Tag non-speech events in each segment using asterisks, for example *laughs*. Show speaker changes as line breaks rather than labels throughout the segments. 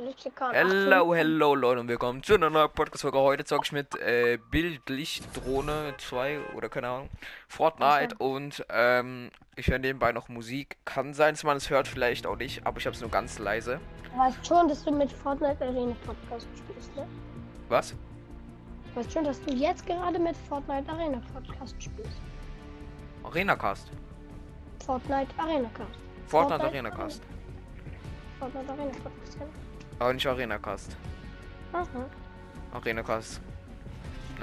Lichtikon.
Hello, hello Leute und willkommen zu einer neuen Podcast-Folge. Heute zocke ich mit äh, Bildlichtdrohne 2 oder keine Ahnung, Fortnite und ähm, ich höre nebenbei noch Musik. Kann sein, dass man es hört, vielleicht auch nicht, aber ich habe es nur ganz leise.
Du weißt schon, dass du mit Fortnite Arena Podcast spielst, ne?
Was?
Du weißt schon, dass du jetzt gerade mit Fortnite Arena Podcast spielst.
Arenacast.
Fortnite Arena Cast.
Fortnite,
Fortnite
Arenacast.
Fortnite Arena Podcast, genau.
Aber nicht Arenacast.
Aha.
Arenacast.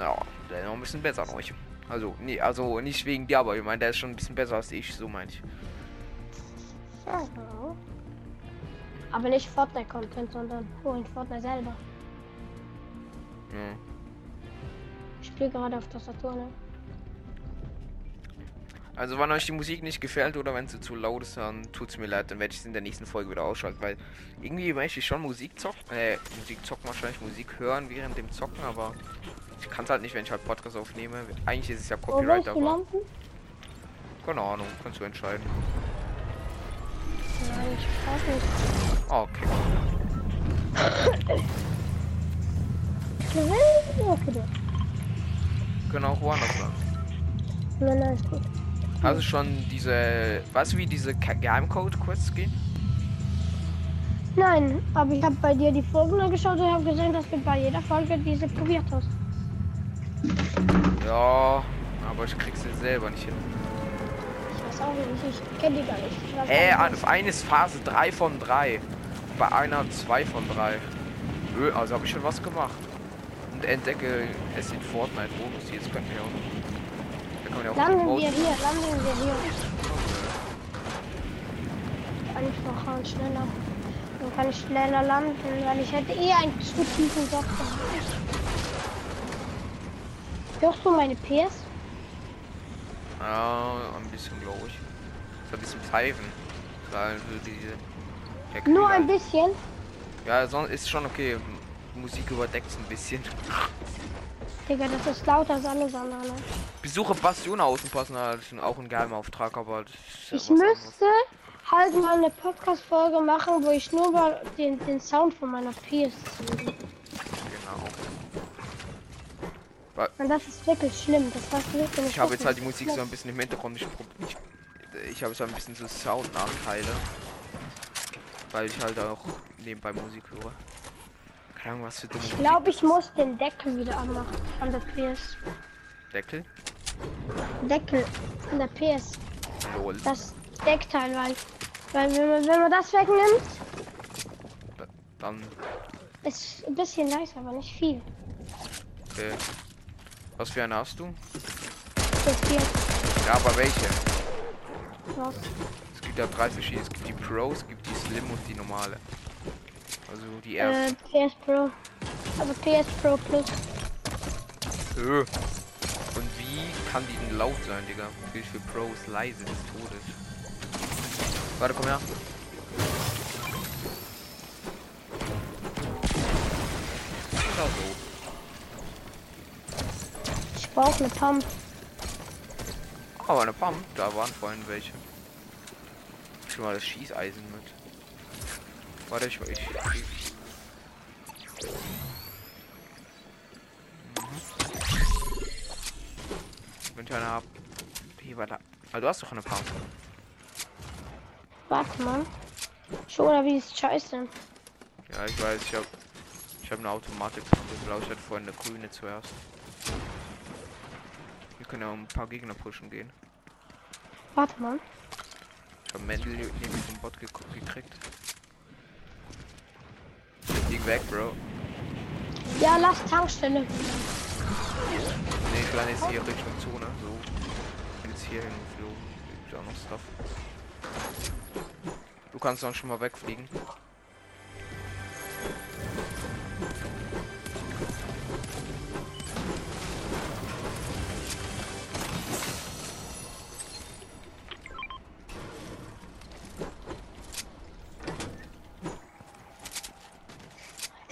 Ja, der ist noch ein bisschen besser an euch. Also, nee, also nicht wegen dir, aber ich meine, der ist schon ein bisschen besser als ich, so meine ich.
Aha. Aber nicht Fortnite-Content, sondern holen Fortnite selber.
Ja.
Ich spiele gerade auf Tastatur, ne?
Also wenn euch die Musik nicht gefällt oder wenn sie zu laut ist, dann tut's mir leid, dann werde ich es in der nächsten Folge wieder ausschalten, weil irgendwie möchte ich schon Musik zocken, äh, Musik zocken wahrscheinlich, Musik hören während dem Zocken, aber ich kann es halt nicht, wenn ich halt Podcast aufnehme. Eigentlich ist es ja
Wo willst
Copyright,
du
aber
landen?
keine Ahnung, kannst du entscheiden.
Nein, ich weiß nicht.
Ah, Okay.
Nein, okay, du.
Genau, woanders lang.
Nein, nein, ist gut.
Hast du schon diese, weißt du wie diese Ke- Geheimcode-Quests gehen?
Nein, aber ich habe bei dir die Folgen angeschaut und habe gesehen, dass du bei jeder Folge diese probiert hast.
Ja, aber ich krieg's jetzt selber nicht hin.
Ich weiß auch nicht, ich kenne die gar nicht. Ich weiß
Äh,
gar
an-
nicht.
auf eine ist Phase 3 von 3. Bei einer 2 von 3. Ö, Also habe ich schon was gemacht. Und entdecke es in Oh, Fortnite-Modus. Jetzt können wir auch. Da kann man ja auch
Landen
remote-
wir hier, landen wir hier. Einfacher und schneller. Dann kann ich schneller landen, weil ich hätte eh einen zu tiefen Sack. Hörst du meine PS?
Ja, ein bisschen, glaube ich. So ein bisschen pfeifen. Also diese. der
Nur
Kühler.
ein bisschen.
Ja, sonst ist schon okay. M- Musik überdeckt ein bisschen. *laughs*
Digga, das ist lauter als alles andere. Ne?
Besuche Bastion außenpassen, das ist auch ein geheimer Auftrag, aber das ist ja
Ich
was anderes.
müsste halt mal eine Podcast-Folge machen, wo ich nur mal den, den Sound von meiner PS ziehe.
Genau.
Und das ist wirklich schlimm. Das hast du wirklich nicht.
Ich habe jetzt
wissen.
halt die Musik so ein bisschen im Hintergrund. Ich, prob- ich, ich habe so ein bisschen so Soundnachteile. Weil ich halt auch nebenbei Musik höre. Keine Ahnung, was für dumme
Ich glaube, ich muss den Deckel wieder anmachen. An der PS.
Deckel.
Deckel. An der PS.
Lol.
Das Deckteil, weil. Weil wenn man, wenn man das wegnimmt,
Dann,
ist ein bisschen leiser, aber nicht viel.
okay. äh, Was für eine hast du?
Das hier.
Ja, aber welche?
Was?
Es gibt ja drei verschiedene. Es gibt die Pro, es gibt die Slim und die normale. Also die
Äh,
erste.
PS Pro. Also PS Pro Plus.
Ö. Und wie kann die denn laut sein, Digga? Natürlich für Pro ist leise des Todes. Warte, komm her. Genau so.
Ich brauche eine Pump.
Aber eine Pump, da waren vorhin welche. Schon mal das Schießeisen mit. Warte, ich. ich, ich. Mhm. Wenn ich eine hab. Hier war da. Ah, du hast doch eine Pump.
Warte mal. Schon, oder wie ist scheiße?
Ja, ich weiß, ich hab. Ich hab eine Automatik. Ich glaube, ich hatte vorhin eine grüne zuerst. Wir können ja um ein paar Gegner pushen gehen.
Warte mal.
Ich hab Mendel nämlich den Bot gek gekriegt. Flieg weg, Bro.
Ja, lass Tankstelle.
Nee, ich lande jetzt hier Richtung Zone. So. Bin jetzt hier hingeflogen. Gibt auch noch Stuff. Du kannst dann schon mal wegfliegen.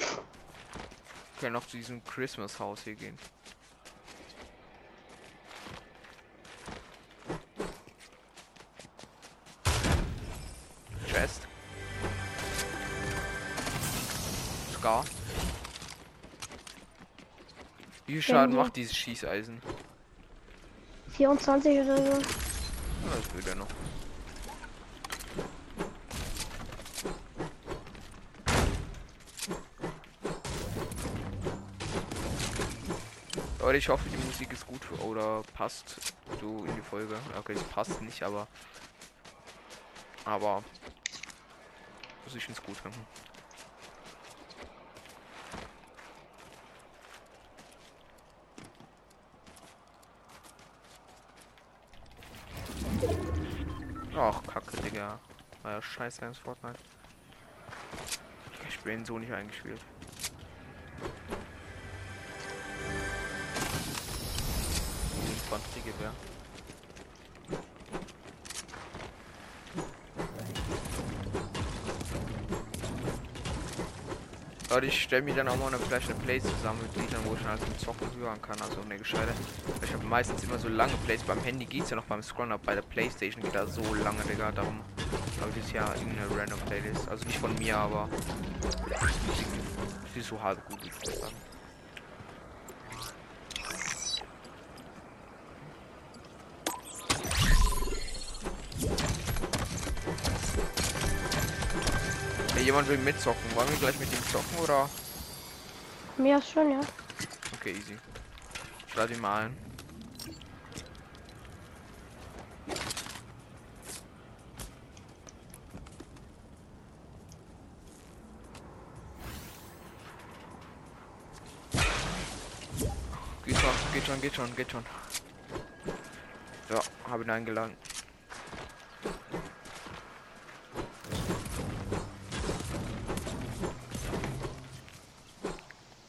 Wir können noch zu diesem Christmas Haus hier gehen. Chest. Scar. Wie viel Schaden
Wenn wir-
macht dieses Schießeisen?
24 oder so.
Ja, das will er noch. Leute, ich hoffe, die Musik ist gut oder passt so in die Folge. Okay, es passt nicht, aber. Aber. Also ich finde es gut. hm. Ach, kacke, Digga. War ja scheiße ins Fortnite. Ich bin so nicht eingespielt. Infanteriegewehr. Leute, ich stelle mir dann auch mal eine vielleicht eine Plays zusammen mit Liedern, wo ich dann halt zum Zocken hören kann, also eine gescheite. Ich habe meistens immer so lange Plays, beim Handy geht's ja noch beim Scrollen, aber bei der Playstation geht das so lange, Digga, darum habe ich das ja irgendeine random Playlist. Also nicht von mir, aber Musik, die ist so halb gut, würde ich mal sagen. Hey, jemand will mitzocken. Wollen wir gleich mit dem zocken oder?
Mir ist schon, ja.
Okay, easy. Ich lade ihn mal ein. Geht schon, geht schon, geht schon, geht schon. Ja, habe ihn eingeladen.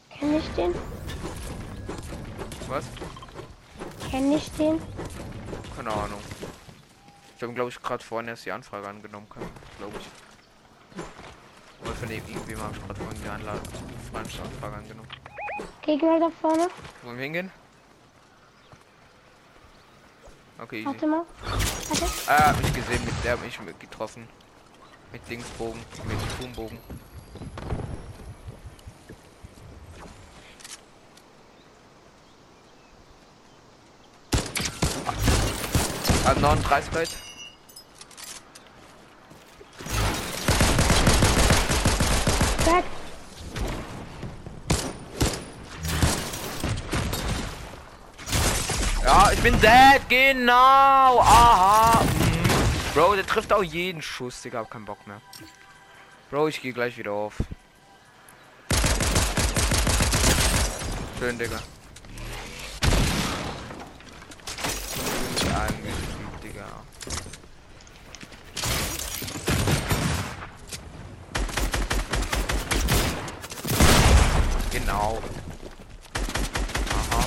Kenn ich den?
Was?
Kenn ich den?
Keine Ahnung. Ich habe, glaube ich, gerade vorhin erst die Anfrage angenommen, glaube ich. Oder von E dem irgendwie habe ich gerade vorhin die Anla- Freundschaftsanfrage angenommen.
Gegner da vorne.
Wollen wir hingehen? Okay, easy.
Warte mal. Warte.
Ah, hab ich gesehen, mit der hab ich mit getroffen. Mit Dingsbogen, mit Boombogen. Ah, Ah, 39 Leute.
Back.
Ja, ich bin dead, genau. Aha. Mhm. Bro, der trifft auch jeden Schuss, Digga, hab keinen Bock mehr. Bro, ich gehe gleich wieder auf. Schön, Digga. Angeschickt, Digga. Genau. Aha.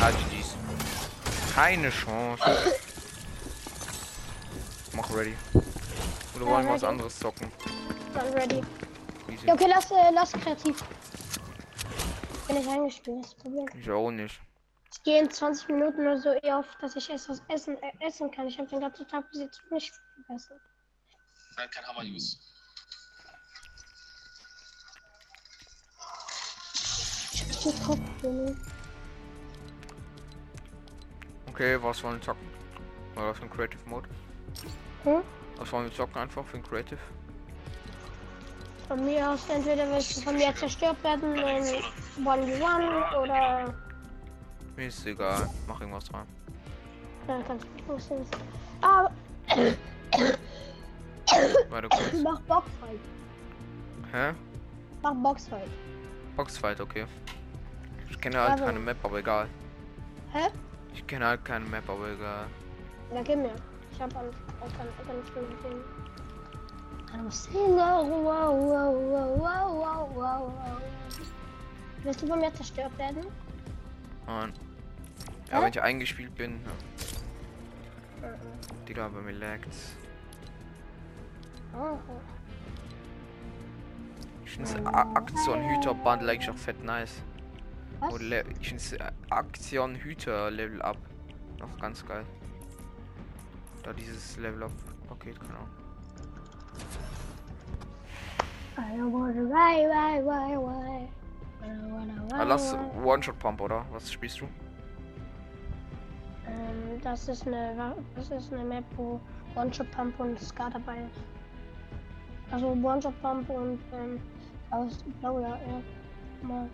Hatte dies. Keine Chance. Mach ready. Oder wollen wir was
ready.
anderes zocken?
I'm ready.
Easy.
Ja, okay, lass, äh, lass kreativ. Bin ich eingespielt, das Problem.
Ich auch nicht.
Ich gehe in 20 Minuten oder so eh auf, dass ich erst was essen, äh, essen kann. Ich habe den ganzen Tag bis jetzt nicht gegessen.
Nein, kein Hammer use.
Ich hab so Kopfweh.
Okay, was wollen wir zocken? Oder was für ein Creative Mode?
Hm?
Was wollen wir zocken einfach für ein Creative?
Von mir aus entweder willst du von mir zerstört werden in 1v1 oder äh,
Mir ist egal. Mach irgendwas dran.
dann kannst du Boxen. Aber *laughs*
Warte kurz.
mach Boxfight.
Hä?
Mach Boxfight.
Boxfight, okay. Ich kenne halt
Also-
keine Map, aber egal.
Hä?
Ich kenne halt keine Map, aber egal.
Na gib mir. Ich hab an auch an auch an Film gesehen. I'm a singer, wow, wow, wow, wow, wow, wow, wow. Willst du von mir zerstört werden?
Und ja,
Hä?
wenn ich eingespielt bin, ja.
Mhm.
Digga, bei mir lagt's.
Oh,
Ich finde Aktion Hüter Band like ich auch fett nice.
was?
Und Oh, Le- ich finde Aktion Hüter Level Up noch ganz geil. Da dieses Level Up Paket, keine Ahnung.
I don't wanna why, why, why, why. I don't wanna why,
Ah, lass
why.
One-Shot-Pump, oder? Was spielst du?
Ähm, das ist eine, Wa- das ist eine Map, wo One-Shot Pump und Ska dabei ist. Also One-Shot Pump und, ähm, aus Blau, ja, ja. Mal.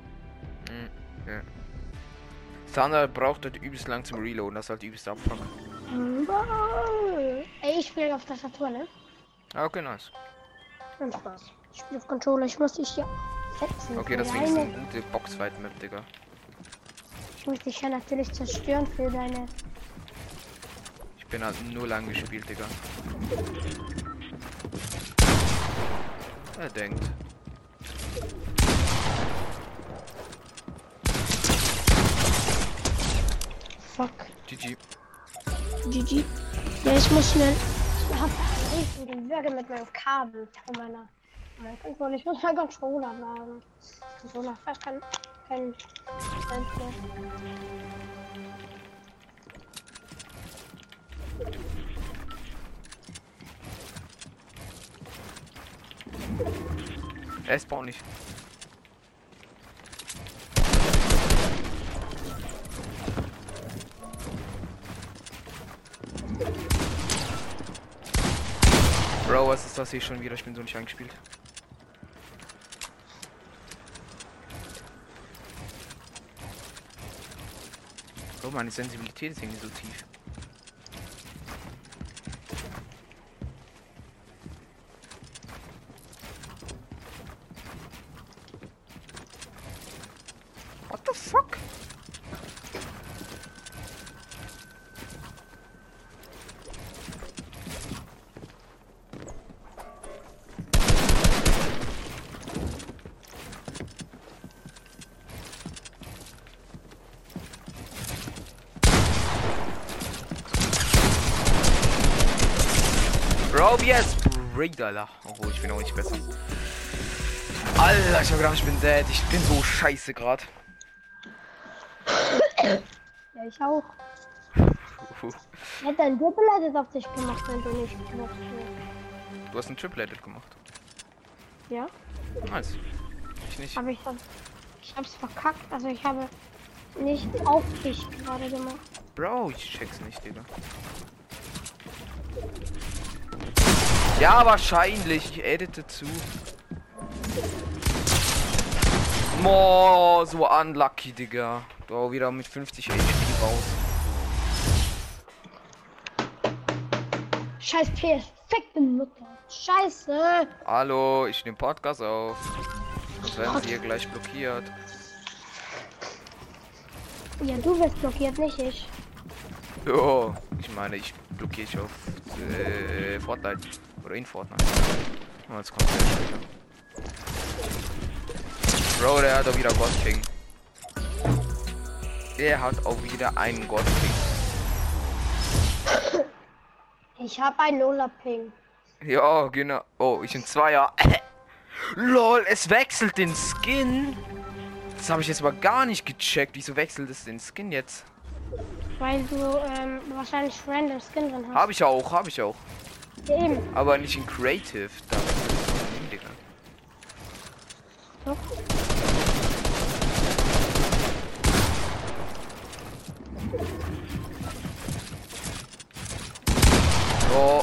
Thunder braucht halt übelst lang zum Reloaden, das ist halt übelst abfuck.
Wow. Ey, ich spiele auf Tastatur, ne?
Ah, okay, nice.
Und Spaß. Ich spiele auf Controller, ich muss dich hier setzen.
Okay, das ist
Alleine.
eine gute Boxfight-Map, Digga.
Ich muss dich ja natürlich zerstören für deine.
Ich bin halt nur lang gespielt, Digga. Er denkt.
Fuck.
GG.
GG. Ja, ich muss schnell. Ich hab einen richtigen Würge mit meinem Kabel von meiner. meiner Controller. Ich muss meinen Controller laden. Controller, fast kann. kein. kein mehr.
Er spawnt nicht. Bro, was ist das hier schon wieder? Ich bin so nicht eingespielt. Oh, meine Sensibilität ist irgendwie so tief. What the fuck? Bro, wie es bringt, Alter. Obwohl, ich bin auch nicht besser. Alter, ich hab gedacht, ich bin dead. Ich bin so scheiße grad.
Ja, ich
*laughs*
auch. Ja, dein Doppel hat es auf dich gemacht, wenn du nicht gemacht hast.
Du hast einen Triple-Edit gemacht.
Ja?
Nice. Ich nicht.
Aber ich hab. Ich hab's verkackt. Also ich habe nicht auf dich gerade gemacht.
Bro, ich check's nicht, Digga. Ja, wahrscheinlich. Ich edite zu. Mo, so unlucky, Digga. Bro, wieder mit 50 HP raus.
Scheiß perfekte Mutter. Scheiße.
Hallo, ich nehme Podcast auf. Das werden wir gleich blockiert.
Ja, du wirst blockiert, nicht ich.
Ja, ich meine, ich blockiere ich auf äh, Fortnite. Oder in Fortnite. Oh, jetzt kommt der Spieler. Bro, der hat auch wieder Godking. Der hat auch wieder einen Godking.
Ich hab ein Lola-Ping.
Ja, genau. Oh, ich in zwei Jahren. *laughs* LOL, es wechselt den Skin. Das habe ich jetzt aber gar nicht gecheckt. Wieso wechselt es den Skin jetzt?
Weil du ähm, wahrscheinlich random Skin drin hast.
Habe ich auch, habe ich auch.
Eben.
Aber nicht in Creative. Da wechselt es in den, Digga.
Doch.
Oh.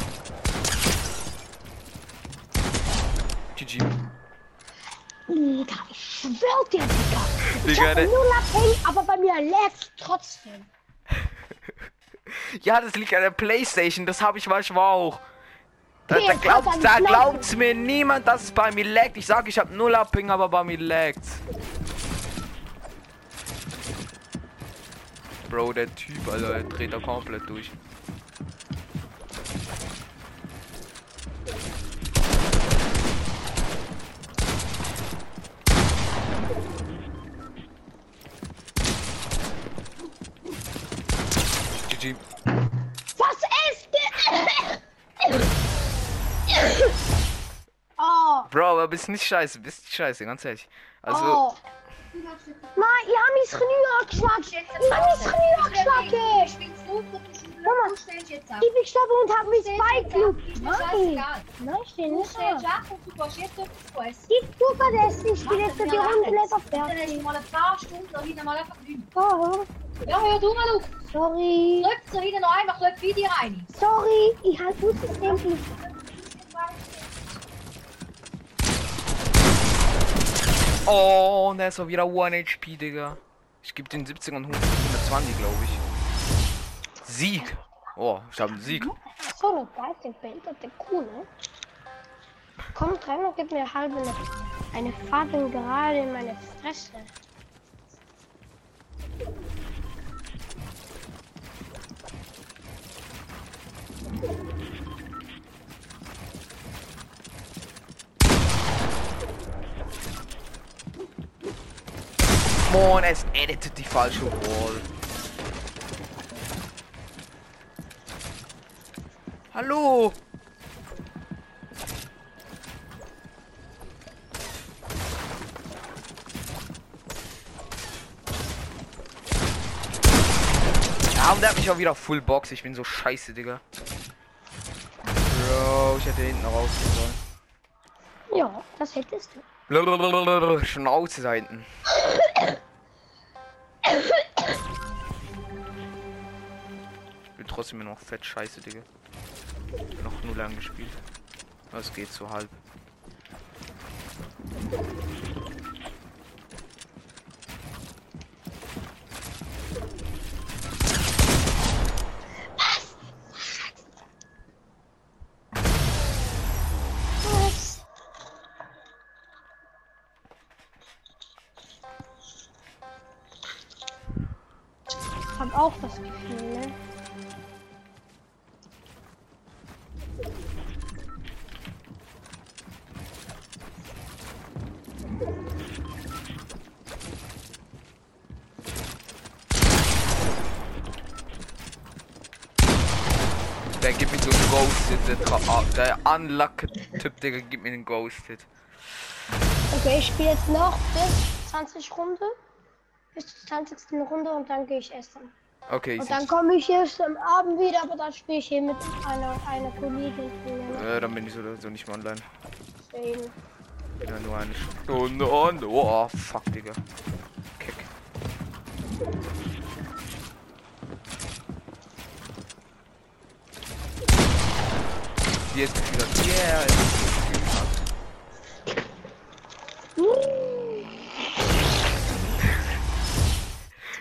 GG.
Digga, ich schwör dir, Digga. Ich
Digga,
hab
der-
ein Lola-Ping, aber bei mir lädt's trotzdem.
Ja, das liegt an der Playstation, das habe ich manchmal auch. Da, da,
Hier,
glaubt,
Alter,
da
die Knochen.
glaubt's mir niemand, dass es bei mir laggt. Ich sag, ich habe null Ping, aber bei mir laggt. Bro, der Typ, Alter, der dreht da komplett durch. GG.
Was ist *laughs*
Also-
denn? oh,
Bro, aber bist nicht scheiße, bist nicht scheiße, ganz ehrlich. Also,
oh. Ma, ja, mi schreniła krzmacie. Ma, mi schreniła krzmacie.
Du stellst jetzt ab.
Gib ich Stoppe und hab mich Spike Club. Nein,
Scheißegal.
nein, ich stehe
Du
nicht da.
stellst ab und du gehst jetzt auf die Quest.
Gib du verdächtig die letzte die Runde nicht auf
Dann hast du
der.
mal ein paar Stunden noch hinten mal einfach drin.
Oh,
Ja, hör du mal auf.
sorry.
Klopft so hinten noch einmal, klopft wie dir rein.
Sorry, ich hab gut denken.
Oh, und er ist auch wieder 1 HP, Digga. Ich gebe den 70 und 120, glaube ich. Sieg. Oh, ich habe einen Sieg.
So eine geile behinderte Kuh, ne? Kommt rein und gib mir halbe eine, eine Fabel gerade in meine Fresse.
Moin, es editet die falsche Wall. Hallo. Ja, und der hat mich auch wieder Full Box. Ich bin so scheiße, Digga. Bro, ich hätte hinten rausgehen sollen.
Ja, das hättest du.
Blablabla, Schnauze da hinten. Ich bin trotzdem immer noch fett scheiße, Digga. Noch null angespielt. Aber es geht so halb.
Was? Hab auch das Gefühl, ne?
Der gibt mir so einen Ghosted. Der, Tra- ah, der Unluck-Typ, Digga, gibt mir den Ghosted.
Okay, ich spiele jetzt noch bis 20 Runde. Bis zur 20. Runde und dann gehe ich essen.
Okay, ich
Und dann
sitz,
komme ich erst am Abend wieder, aber dann spiele ich hier mit einer, einer Kollegin von mir. noch
äh, dann bin ich so oder so nicht mehr online.
deswegen.
Ja, nur eine Stunde und. Oh, fuck, Digga. Kick. Die ist gesagt, yeah, es ist Gefühl gehabt.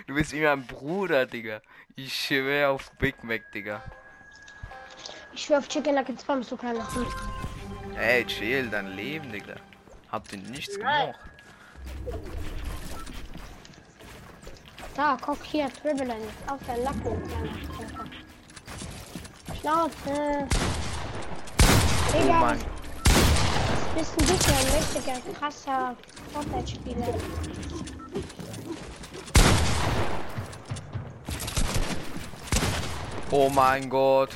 Du bist wie mein Bruder, Digga. Ich schwöre auf Big Mac, Digga.
Ich schwör auf Chicken Nuggets Pommes, du kleiner Hund.
Ey, chill, dein Leben, Digga. Habt ihr nichts gemacht?
Da, guck hier, Dribbeln. Auf der Lacken, kleiner Hund. Schnauze.
Oh
Digga,
Mann.
was bist denn du für ein richtiger, krasser Fortnite-Spieler?
Oh mein Gott.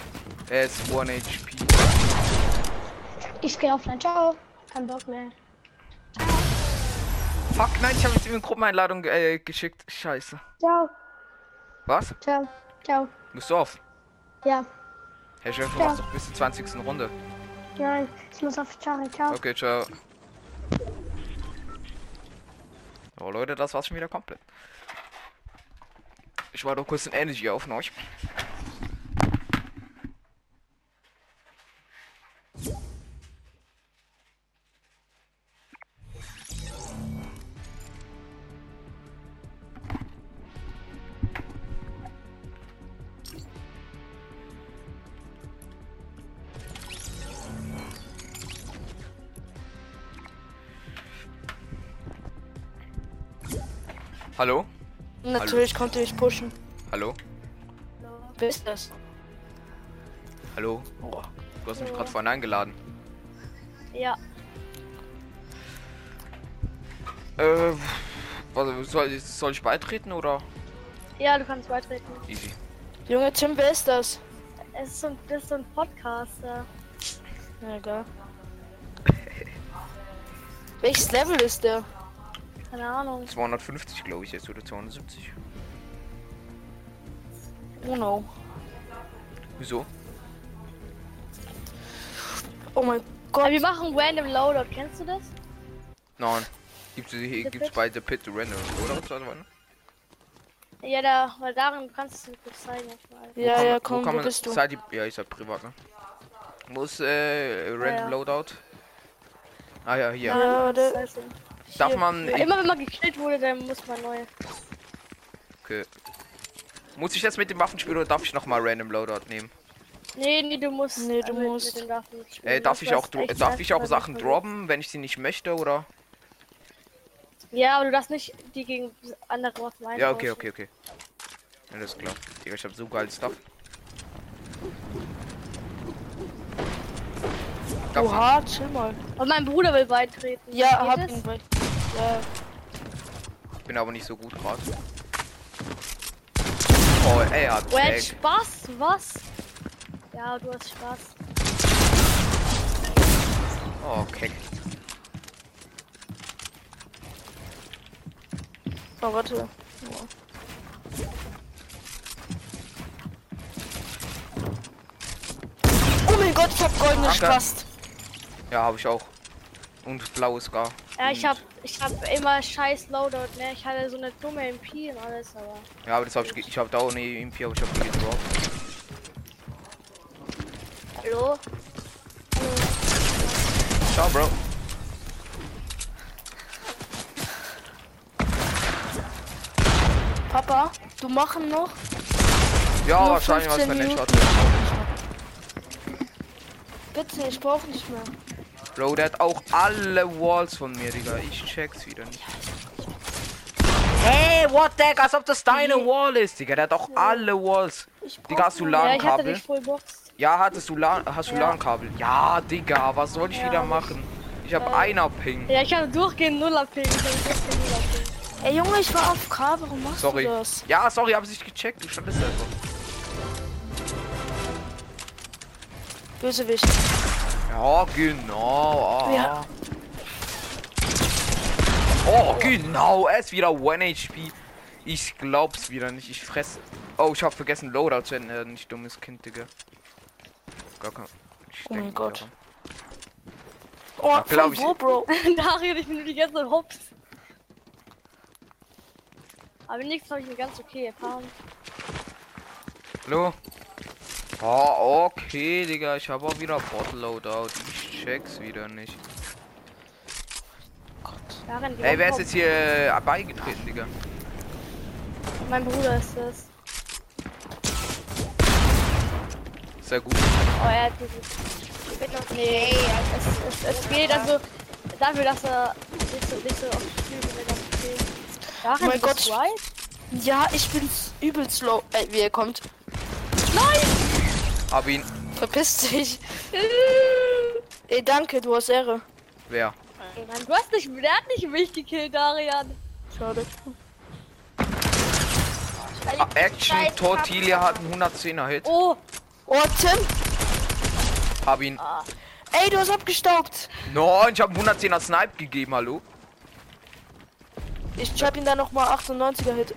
Er ist 1 HP.
Ich gehe offline, ciao. Kein Bock mehr.
Fuck, nein, ich habe jetzt ihm eine Gruppeneinladung äh, geschickt. Scheiße.
Ciao,
Was?
ciao, ciao.
Musst du auf?
Ja,
Herr Schäfer,
Ja.
mach's doch bis zur 20. Runde.
nein, ich muss auf Charlie, ciao.
Okay, ciao. So, Oh, Leute, das war's schon wieder komplett. Ich war doch kurz in Energy auf euch. Hallo?
Natürlich konnte ich pushen.
Hallo?
Wer ist das?
Hallo? Oh, du hast mich gerade vorhin eingeladen.
Ja.
Äh, was, soll, ich- soll ich beitreten oder?
Ja, du kannst beitreten.
Easy.
Junge Tim, wer ist das?
Es ist so ein, das ist so ein Podcast. Ja.
*laughs*
Na egal. Welches Level ist der?
Keine Ahnung.
250 glaube ich jetzt oder 270.
Oh no.
Wieso?
Oh mein
Ja,
Gott.
wir machen Random Loadout, kennst du das?
Nein. Gibt's, hier,
The
gibt's
Pit?
bei The Pit Random, oder? Was war das?
Ja, da, weil darin kannst du es gut zeigen manchmal.
Ja,
Kann man-
ja,
wo
komm,
kann
wo
man-
bist du?
Seid ihr, ja, ich seid privat, ne? Wo ist äh, Random
ja.
Loadout? Ah ja, hier.
Ja, warte.
Scheiße.
Darf
Hier.
man.
Immer wenn man gekillt wurde, dann muss man neu.
Okay. Muss ich jetzt mit den Waffen spielen oder darf ich nochmal Random Loadout nehmen?
Nee, nee, du musst.
Nee, du
äh, mit-
musst.
Mit den Waffen spielen.
Äh, darf
Das
ich auch
war's
dro-
echt
darf ich auch
erstmal
Sachen
nicht.
droppen, wenn ich sie nicht möchte oder?
Ja, aber du darfst nicht die gegen andere Waffen einsetzen.
Ja, okay, okay, okay. Alles klar. Digga, ich hab so geiles Stuff. Gab's noch-
Oha, chill mal.
Und mein Bruder will beitreten.
Ja,
Geht
hab
das?
ihn bald. Ja.
Ich bin aber nicht so gut gerade. Oh, ey, er hat
Well,
Tag.
Spaß, was? Ja, du hast Spaß.
Oh, keck.
Oh, warte. Oh mein Gott, ich hab goldene
Danke.
Spast.
Ja, habe ich auch. Und blaues gar.
Ja, ich
Und-
hab, ich hab immer scheiß Loadout, ne? Ich hatte so eine dumme MP und alles, aber.
Ja, aber das habe ich. ge- Ich habe da auch eine MP, aber ich habe die gedroppt.
Hallo?
Ciao, Bro.
Papa, du machen noch?
Ja,
Nur
wahrscheinlich was
15
für
Minuten.
Shot.
Bitte, ich brauche nicht mehr.
Bro, der hat auch alle Walls von mir, Digga. Ich check's wieder nicht. Hey, what the heck? Als ob das deine
Mhm.
Wall ist, Digga. Der hat auch alle Walls. Digga, hast du
Ja, ich hatte
LAN-Kabel?
dich voll boxt.
Ja, hattest du LAN, hast du LAN-Kabel? Ja, Digga, was soll ich wieder machen? Ich hab einer Ping.
Ja, ich hatte durchgehend Nuller-Ping. Ich hatte durchgehend *laughs* Nuller-Ping.
Ey Junge, ich war auf K, warum machst
Sorry.
du das?
Ja, sorry, hab's nicht gecheckt. Du standest einfach.
Bösewicht.
Ja, genau. Ah.
Ja.
Oh, genau. Er ist wieder 1 HP. Ich glaub's wieder nicht. Ich fresse. Oh, ich hab vergessen, Loadout zu ändern. Äh, Nicht dummes Kind, Digga. Gar kein. Ich
Oh mein
denk
Gott.
daran.
Oh,
Ja, glaub
von
ich.
wo, Bro?
Dario, ich bin die ganze Zeit hops. Aber nichts habe ich mir ganz okay erfahren.
Hallo? Ah, okay, Digga. Ich habe auch wieder Bot Loadout. Ich check's wieder nicht.
Darin, die
Ey, wer ist
Hops-
jetzt hier äh, beigetreten, Digga?
Mein Bruder ist das.
Sehr gut.
Oh, er hat dieses. Nee, es, es, es geht also dafür, dass er nicht so, nicht so oft spielt, wenn er das spielt. Darin,
mein
du bist
Gott.
right?
Ja, ich bin übel slow. Ey, wie er kommt.
Hab ihn.
Verpiss dich.
*laughs*
Ey, danke, du hast Ehre.
Wer?
Ey, Mann, du hast nicht, der hat nicht mich gekillt, Darian.
Schade.
Ah, Action Tortilla hat einen 110er Hit.
Oh,
Oh, Tim.
Hab ihn.
Ey, du hast abgestaubt.
Nein, ich habe 110er Snipe gegeben, hallo?
Ich hab ihn da nochmal 98er Hit.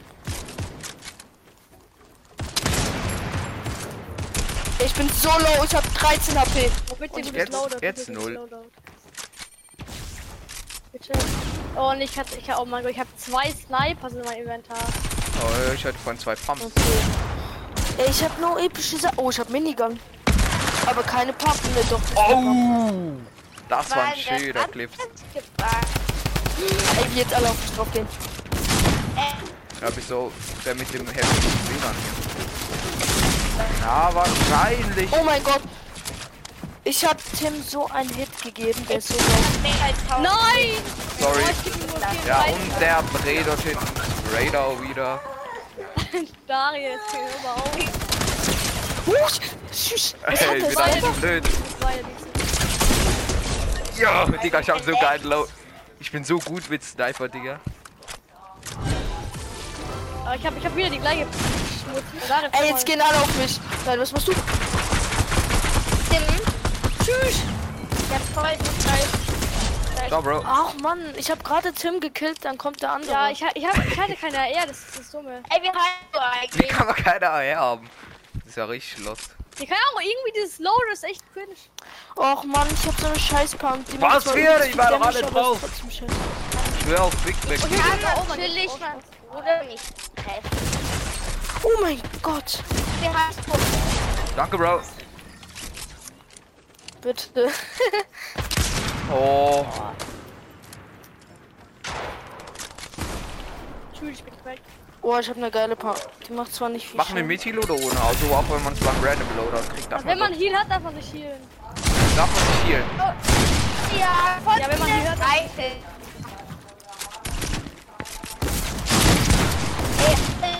Ich bin so low, ich hab 13 HP.
oh bitte,
Und
du
jetzt-
bist Loadout. du
jetzt
bist
null.
Loadout. Bitte. Oh, und ich hatte, ich hab, oh mein Gott, ich habe zwei Snipers in meinem Inventar.
Oh, ich hatte vorhin zwei Pumps.
Ey, ich hab nur epische Sa Oh, ich hab Minigun. Aber keine Pappen mehr, doch.
Oh! Das war ein schöner Clip.
Ey, wie jetzt alle auf mich drauf gehen.
Da hab ich so, der mit dem heftigen Spielern. Ja, wahrscheinlich.
Oh mein Gott. Ich hab Tim so einen Hit gegeben, der ist so low.
Nein!
Sorry.
Oh, ich geb ihm nur vier
Ja,
Beine.
und der Bre dort hinten. Radar wieder.
Dario, jetzt geh immer auf.
Huch! Tschüss! Was hat
Ey,
der
wieder
Sniper?
ein blöd.
Das war ja nicht so.
Ja, Digga, ich hab so geil low. Ich bin so gut mit Sniper, Digga.
Aber ich hab, ich hab wieder die gleiche Schmutz. Dario,
Ey, jetzt
komm
gehen alle auf mich. Nein, was machst du? Tschüss!
Ciao, Bro.
Ach Mann, ich hab gerade Tim gekillt, dann kommt der
mal.
andere.
Ja, ich, ha- ich, hab, ich hatte keine AR, das ist das Dumme.
Wie kann man keine AR haben? Das ist ja richtig lost.
Ja, keine Ahnung, irgendwie dieses Loader ist echt cringe.
Och Mann, ich hab so eine Scheißpunk. Die
Was
macht zwar
für?
übelst
Ich
viel
war doch
Damage,
alle
aber ist
drauf.
trotzdem scheiße.
Ich schwör auf Big Mac.
Okay.
kann
Ja, aber
natürlich
auch mal-
meinen Bruder nicht treffen.
Oh mein Gott.
Der hat
Danke, Bro.
Bitte.
Oh.
Entschuldigung, ich bin gemeint.
Oh, ich hab eine geile Pump. Die macht zwar nicht viel
Machen wir
Schaden.
mit Heal oder ohne Auto, auch wenn man es beim Random Loader kriegt. Darf
Wenn
man,
man Heal hat, darf man sich healen.
doch- darf man nicht healen.
ja von
Ja, wenn man
der
hört, dann-
Seite. Ey, äh,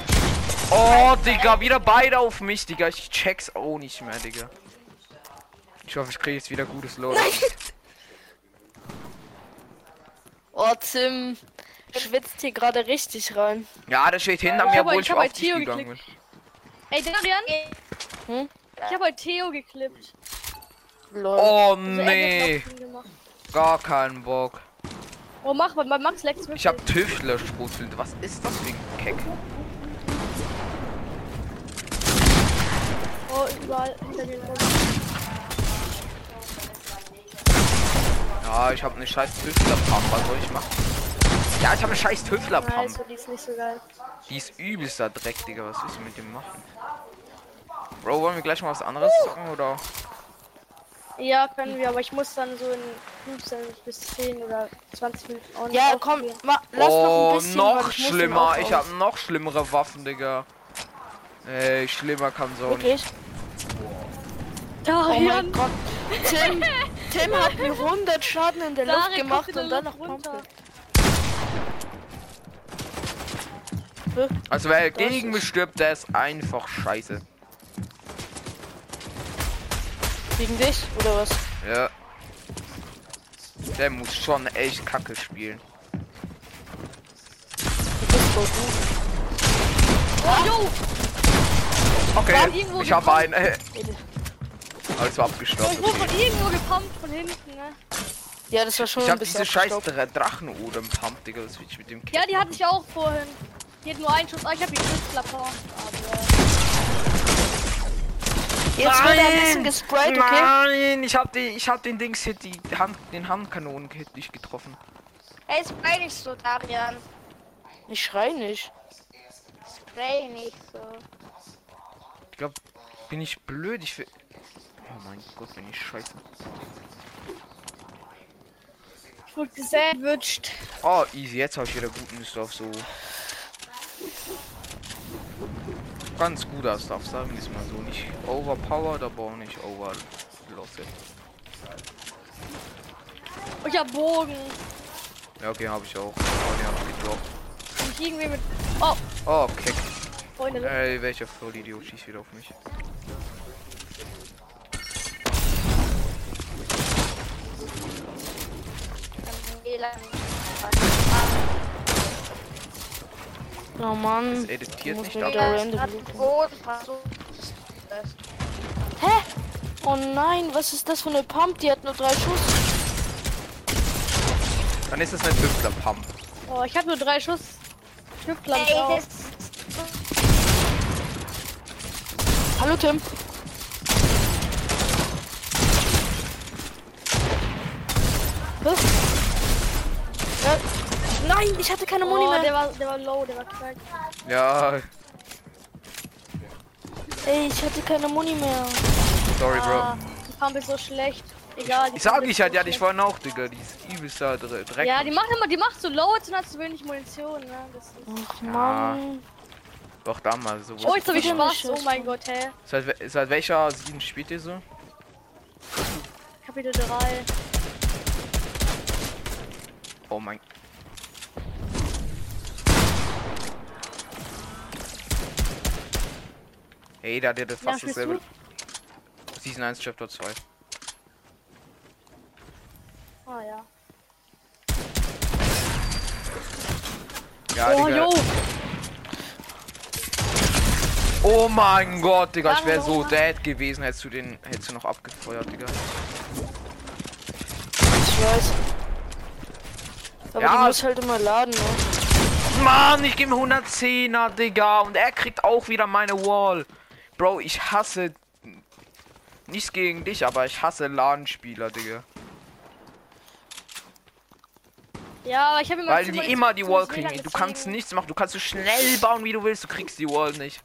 Oh, Digga, wieder beide auf mich, Digga. Ich check's auch nicht mehr, Digga. Ich hoffe, ich kriege jetzt wieder gutes Loader.
Oh, Tim. Schwitzt hier gerade richtig rein.
*laughs* Ja, das steht hinter mir,
hab
obwohl
ein-
ich,
ich hab
auf
ein
dich
Tier
gegangen bin.
geklickt. Ey, Darian?
Hm?
Ich habe heute Theo geklippt.
Lol.
Oh,
Also er
nee.
hat noch ihn gemacht.
Gar keinen Bock.
Oh, mach mal, mein Max leckt
Ich hab Tüftler spruzelt. Was ist das für ein Keck?
Oh, überall hinter den rum.
Ja, ich hab eine scheiß Tüftler-Pump. Was soll ich machen? Ja, ich hab eine scheiß
Nein,
Tüftler-Pump.
so, die ist nicht so geil.
Die ist übelster Dreck, Digga. Was willst du mit dem machen? Bro, wollen wir gleich mal was anderes zocken oder?
Ja, können wir, aber ich muss dann so in 15 bis 10 oder 20 Minuten online
Ja, komm,
aufgehen.
ma, lass noch ein
oh,
bisschen.
noch,
weil ich muss ihn
schlimmer.
auch
Ich hab noch schlimmere Waffen, Digga. Ey, schlimmer kann so nicht.
Wirklich? Oh
Darian,
mein Gott. Tim, Tim hat mir 100 Schaden in der
Darian,
Luft
guck
gemacht
in der
und dann noch
Luft runter.
Pumpe.
Also wer gegen mich stirbt, der ist einfach scheiße.
Gegen dich, oder was?
Ja. Der muss schon echt Kacke spielen.
Du bist so gut.
Oh, yo!
Okay,
War irgendwo
ich habe einen.
gekommen?
Äh,
Bitte.
also
Ja,
abgestorben.
Ich wurde
Okay.
von irgendwo gepumpt, von hinten, ne?
Ja, das war schon
Ich
ein
hab
bisschen
diese scheiß Dra-
abgestaubt.
Drachenodem Pump, Digga, was will ich mit dem
Ja, die
Keck
hatte ich auch vorhin. Die hat nur einen Schuss, ah, ich hab die Schussklappe. Aber...
Jetzt wird er ein bisschen gesprayt, okay?
Nein, ich hab den, ich hab den Dings hier, die Hand, den Handkanonen-Hit nicht getroffen.
Ey, spray nicht so, Darian.
Ich schrei nicht.
Spray nicht so.
Ich glaub, bin ich blöd, ich will... Oh mein Gott, bin ich scheiße.
Ich wurde gesandwiched.
Oh, easy, jetzt habe ich wieder guten Stuff, so... Ganz guter Stuff, sagen wir es mal so. Nicht overpowered, aber auch nicht overloaded.
Und Oh, ich hab Bogen.
Ja, okay, habe ich auch. Oh, den hab ich gedroppt.
Und ich irgendwie mit... Oh,
Oh, Keck.
Freunde.
Ey, welcher Vollidiot schießt wieder auf mich?
Oh Mann.
Editiert
Muss
nicht
mir
ab.
wieder random looten. Hä? Oh nein, was ist das für eine Pump? Die hat nur drei Schuss.
Dann ist das eine Tüftler-Pump.
Oh, ich hab nur drei Schuss. Schiffland
Ey,
auch.
das
Hallo Tim. Hä? Ja. Nein, ich hatte keine Muni
Oh,
mehr.
der war, der war low, der war krank.
Ja,
Ey, ich hatte keine Muni mehr.
sorry, Bro.
Ah, die Pump ist so schlecht. Egal. die
Ich sag
Pump
ich
ist
halt,
so
ja, ich
schlecht.
vorhin auch, Digga. Die ist übelster Dre- Dreck.
Ja, die macht immer, die macht so low, jetzt und hat so wenig Munition, ne? Das ist...
Ach Mann.
Ah, Doch, damals so.
Oh, jetzt hab ich
Ja.
Spaß. Oh mein Gott, hä?
Seit, we- seit welcher sieben spielt ihr so?
Kapitel 3.
Oh mein. Ey, da hat er das
Ja,
fast
spielst
dasselbe. Season 1, Chapter 2.
Ah ja.
Ja,
oh,
Digga.
jo.
Oh mein Gott, Digga, ich wäre
Warum
so
noch?
dead gewesen, hättest du den, hättest du noch abgefeuert, Digga.
Ich weiß. Aber
Ja,
du
es-
musst halt immer laden, ne?
Mann, ich gebe 110er, Digga. Und er kriegt auch wieder meine Wall. Bro, ich hasse Nichts gegen dich, aber ich hasse LAN-Spieler, Digga.
Ja, aber ich habe immer
Weil
zu-
die
zu-
immer die
zu
Wall
Neuseeland
kriegen. Du
gezogen.
kannst nichts machen. Du kannst so schnell bauen, wie du willst. Du kriegst die Wall nicht.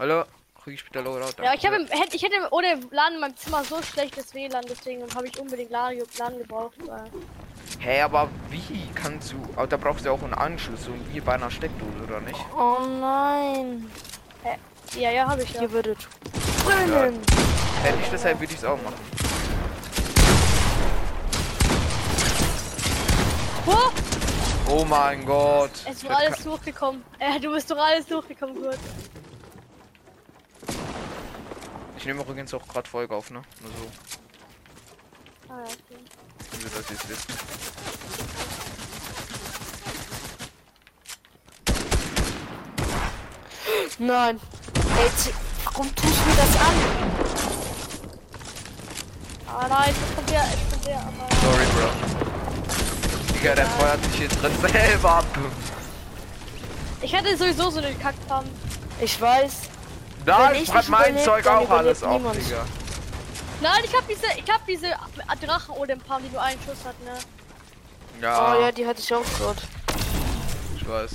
Hallo? Krieg ich bitte Loadout?
Ja, ich habe im- hätte ich hätte ohne LAN in meinem Zimmer so schlechtes WLAN, deswegen habe ich unbedingt LAN, ge- LAN gebraucht. Weil
Hä, aber wie kannst du. Aber da brauchst du auch einen Anschluss. So wie bei einer Steckdose, oder nicht?
Oh nein.
ja, ja, habe ich ja.
Ihr würdet brennen.
Hätte ich deshalb, würde ich es auch machen.
Oh,
Oh mein Gott.
es ist
Das
doch alles
kann-
durchgekommen. *laughs* Äh, du bist doch alles durchgekommen, Kurt.
Ich nehme übrigens auch gerade Folge auf, ne? Nur so.
Ah, ja, okay.
Wie wir das jetzt wissen.
Nein. Ey, Z- warum tust du mir das an?
Ah nein, jetzt kommt der, jetzt kommt der. Aber...
Sorry, Bro. Digga, der feuert sich hier drin *laughs* selber ab.
Ich hatte sowieso so einen Kackfarm.
Ich weiß.
Da
ich
hat
nicht
mein
überlebe,
Zeug
dann
auch alles
überlebt
auf,
niemand.
Digga.
Nein, ich habe diese, ich habe diese Drachen ohne im Farm, die nur einen Schuss hat, ne?
Ja,
Oh ja, die hatte ich auch gerade.
ich weiß.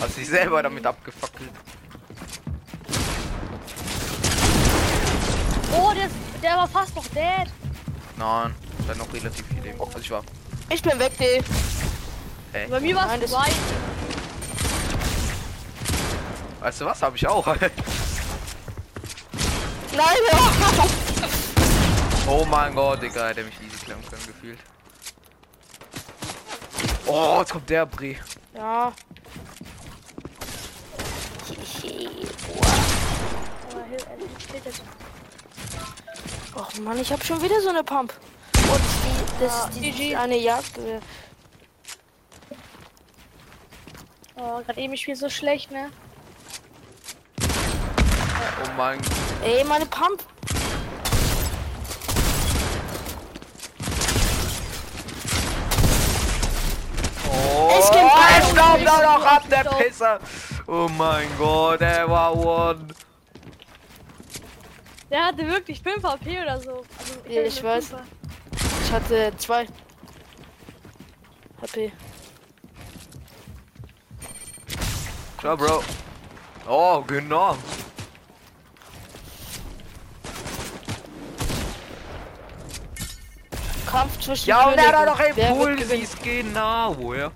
Hast dich selber damit abgefackelt.
Oh, der, ist- der war fast noch dead.
Nein, ich hatte noch relativ viel Leben. Also ich war.
Ich bin weg, nee.
Bei mir war
Nein,
es
das-
weit.
Weißt du was? Hab ich auch. *laughs*
Nein, oh.
oh mein Gott, Digga, hätte mich easy klappen können gefühlt. Oh, jetzt kommt der Brie.
Ja.
Aber hier, äh, hier steht jetzt.
Och Mann, ich hab schon wieder so eine Pump. Und die, das ist die, die eine Jagd. äh,
Oh, gerade eben ich spiel so schlecht, ne?
Oh mein Gott.
Ey, meine Pump.
Oh,
Es gibt
er
Ballon.
staubt auch noch ab, der
Staubt.
Pisser. Oh mein Gott, er war one.
Der hatte wirklich 5 AP oder so. Also,
Ja,
hatte
ich
nur
weiß.
5.
Ich hatte zwei. HP.
Ciao, Bro. Oh, genau.
Kampf zwischen
Ja, und er hat
Königen.
auch noch
Wer wird
Impulse.
gewinnen?
Ist genau, woher?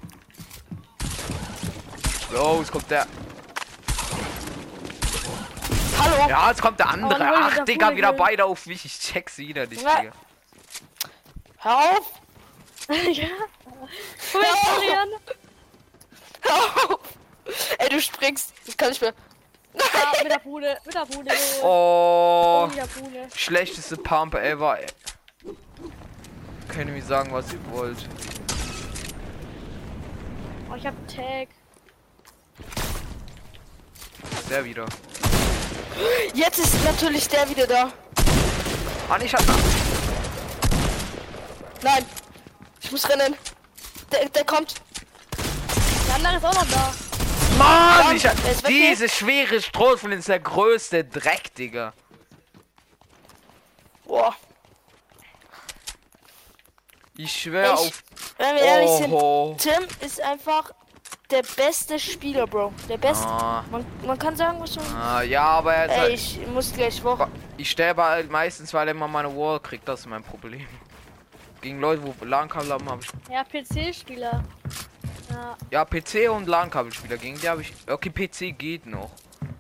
So, jetzt kommt der.
Hallo.
Ja, jetzt kommt der andere.
Oh, Leute,
Ach,
der
Digga,
Vogel.
wieder beide auf mich. Ich check's wieder nicht,
Ja.
Digga.
Hör auf. *laughs*
*laughs* ja. Komm her,
Oh.
Florian.
Hör auf. Ey, du springst. Das kann ich mir.
Ja, Ah, mit der Bude, mit der Bude. Oh.
Oh,
Mit der Bude.
schlechteste Pump ever. ey. Könnt ihr mir sagen, was ihr wollt.
Oh, ich hab einen Tag.
Der wieder.
Jetzt ist natürlich der wieder da.
Ah, nee, ich hab.
Nein. Ich muss rennen. Der, der kommt.
Der andere ist auch noch da.
Mann, ich hab.
Er ist weg, ne?
Diese schwere Strohflinte ist der größte Dreck, Digga.
Boah.
Ich schwör
Ich-
auf.
Wenn wir ehrlich sind,
Oh,
Tim ist einfach der beste Spieler, Bro. Der beste.
Ah,
Man, man kann sagen, was man.
ah, ja, aber er ist
Ey,
halt-
ich muss gleich Woche.
Ich sterbe halt meistens, weil er immer meine Wall kriegt, das ist mein Problem. *laughs* Gegen Leute, wo LAN-Kabel haben, habe ich.
Ja, PC-Spieler. Ja.
Ja, PC und LAN-Kabelspieler, gegen die habe ich. Okay, PC geht noch.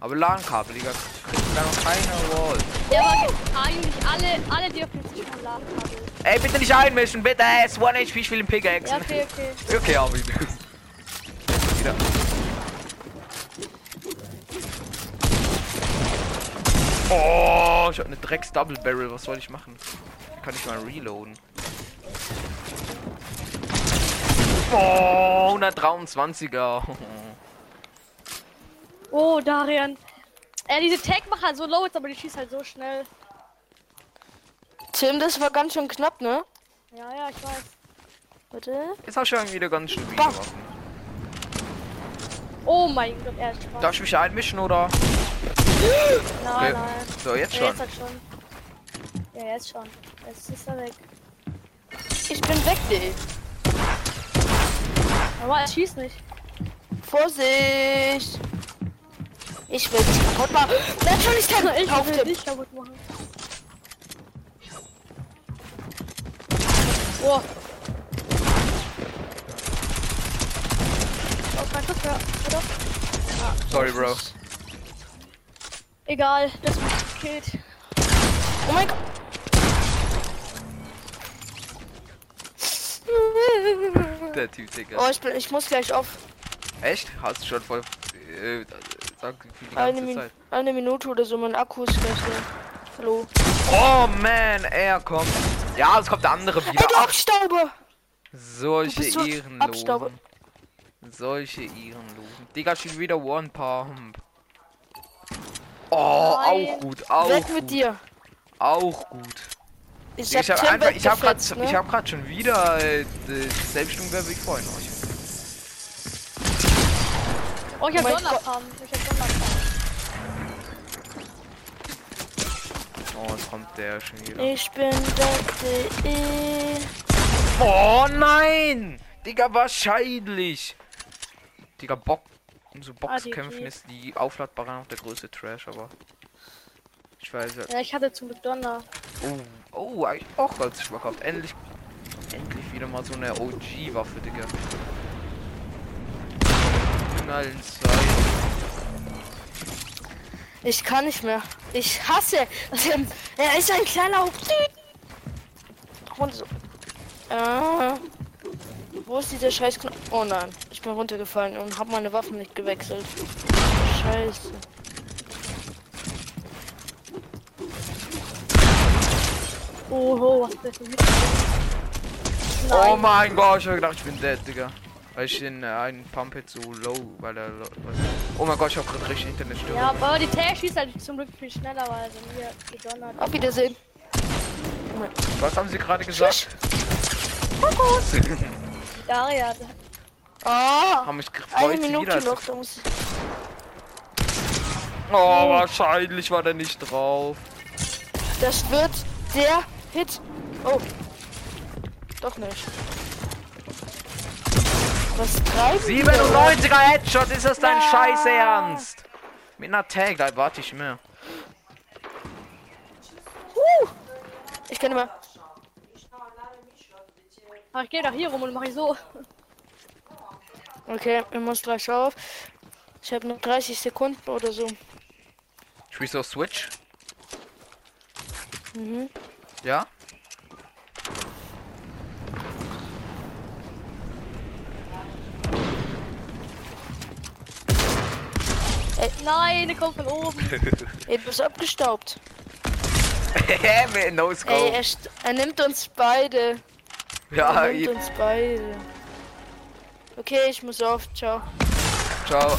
Aber LAN-Kabel, Digga, kriegt da noch keine Wall.
Der war eigentlich alle, alle, die auf PC spielen, laden haben.
Ey, bitte nicht einmischen, bitte, er ist 1 HP, ich will den Pickaxe.
Ja, okay, okay.
Okay, hab ihn. Wieder. Oh, ich hab eine Drecks Double Barrel. Was soll ich machen? Kann ich mal reloaden? Oh, 123er.
Oh, Darian. Äh, diese Tag machen halt so low jetzt, aber die schießt halt so schnell.
Tim, das war ganz schön knapp, ne?
Ja, ja, ich weiß.
Warte.
Jetzt hast du irgendwie wieder ganz stabil
Bah.
gemacht.
Oh mein Gott, er ist schwach.
Darf ich mich einmischen oder?
Nein,
Okay.
nein.
So, jetzt
Ja,
schon.
jetzt halt schon. Ja, jetzt schon. Jetzt ist er weg.
Ich bin weg, Digga.
Aber er schießt nicht.
Vorsicht! Ich will dich kaputt machen. Natürlich kann ich
Ich will
kaputt.
dich kaputt machen.
Oh,
Oh, mein Gott, ja. Oder?
Sorry, Bro.
Egal, das wird gekillt.
oh mein Gott.
Der Typ, Digga.
Oh, ich, bin, ich muss gleich auf.
Echt? Hast du schon voll. Äh, danke für die
Eine,
ganze
Min
Zeit.
eine Minute oder so, mein Akku ist gleich leer. Hallo.
Oh man, er kommt. Ja, es kommt der andere
Ey, du
wieder.
Abstauber!
Solche
bist so Abstauber.
Ehrenlosen. Solche Ehrenlosen. Digga, schon wieder One Pump. Oh, auch gut, auch
Weg
gut,
mit dir.
auch gut.
Ich
Ich
hab
habe
Tim
einfach, ich habe gerade,
weggefetzt,
ich
ne?
habe gerade schon wieder äh, dieselbe Stunde wie vorhin. Oh, ich-
Oh, ich hab
Oh mein
Donnerpam. Ich hab Donnerpam.
Oh, jetzt kommt der schon wieder.
Ich bin weg, Digga.
Oh nein! Digga, wahrscheinlich! Digga, Bock. In so Boxkämpfen ist die aufladbare noch der größte Trash, aber. Ich weiß ja.
Ja, ich hatte zum Glück Donner.
Oh, oh, hab ich auch ganz schmackhaft. Endlich. Endlich wieder mal so eine OG-Waffe, Digga. Knallen zwei.
Ich kann nicht mehr. Ich hasse Tim. Er ist ein kleiner Huptüten. Und so. Äh, wo ist dieser scheiß Knopf? Oh nein, ich bin runtergefallen und habe meine Waffen nicht gewechselt. Scheiße.
Oh, oh, was ist das für ein
Oh mein Gott, ich hab gedacht, ich bin dead, Digga. Weil ich den äh, einen Pump jetzt so low, weil er. lo- weil- Oh mein Gott, ich hab gerade richtig Internetstörung.
Ja, aber die Tag schießt halt zum Glück viel schneller, weil er sind hier gedonnert.
Auf Wiedersehen.
Was haben sie gerade gesagt?
Daria,
Ah,
Haben mich
eine
gefreut, sie wieder
Minute
zu
noch. Da muss ich...
Oh, wahrscheinlich war der nicht drauf.
Das wird der Hit. Oh. Doch nicht. Was treibt ihr?
97er Headshot, ist das dein Scheiß Ernst? Mit einer Tag, da warte ich mehr.
Ich kann immer.
ach, ich geh doch hier rum und mach ich so.
Okay, ich muss gleich auf. Ich habe noch 30 Sekunden oder so.
Spielst du auf Switch?
Mhm.
Ja? *laughs*
Nein, der kommt von oben.
Ey, du bist abgestaubt.
no
Ey,
scope.
er, st- er nimmt uns beide.
Ja,
er nimmt uns beide. Okay, ich muss auf. Ciao.
ciao.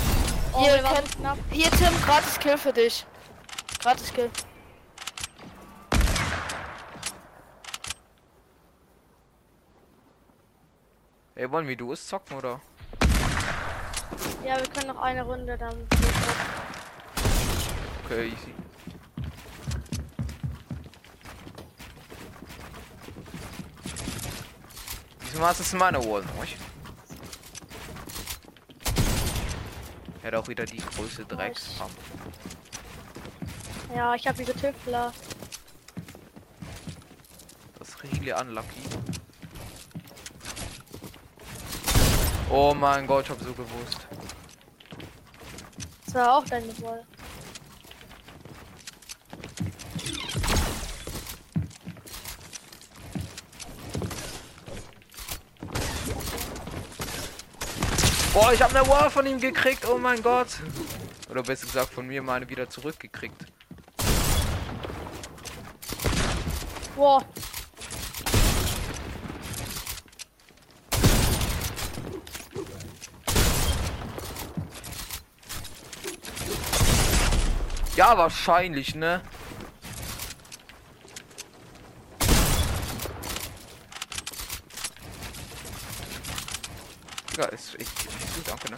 Oh,
Hier,
der war
Ken-
so knapp.
Hier, Tim, gratis Kill für dich. Gratis Kill.
Ey, wollen wir Duos zocken, oder?
Ja, wir können noch eine Runde dann.
Okay, easy. Diesmal ist es meine Wall, nicht? Er hat auch wieder die große Drecks.
Ja, ich hab diese Tüftler.
Das ist really unlucky. Oh mein Gott, ich hab so gewusst.
Das war auch deine Wolle.
Boah, ich hab eine Wall von ihm gekriegt, oh mein Gott. Oder besser gesagt, von mir meine wieder zurückgekriegt.
Wow,
Ja, wahrscheinlich, ne? Ja, ist echt echt gut, danke, ne?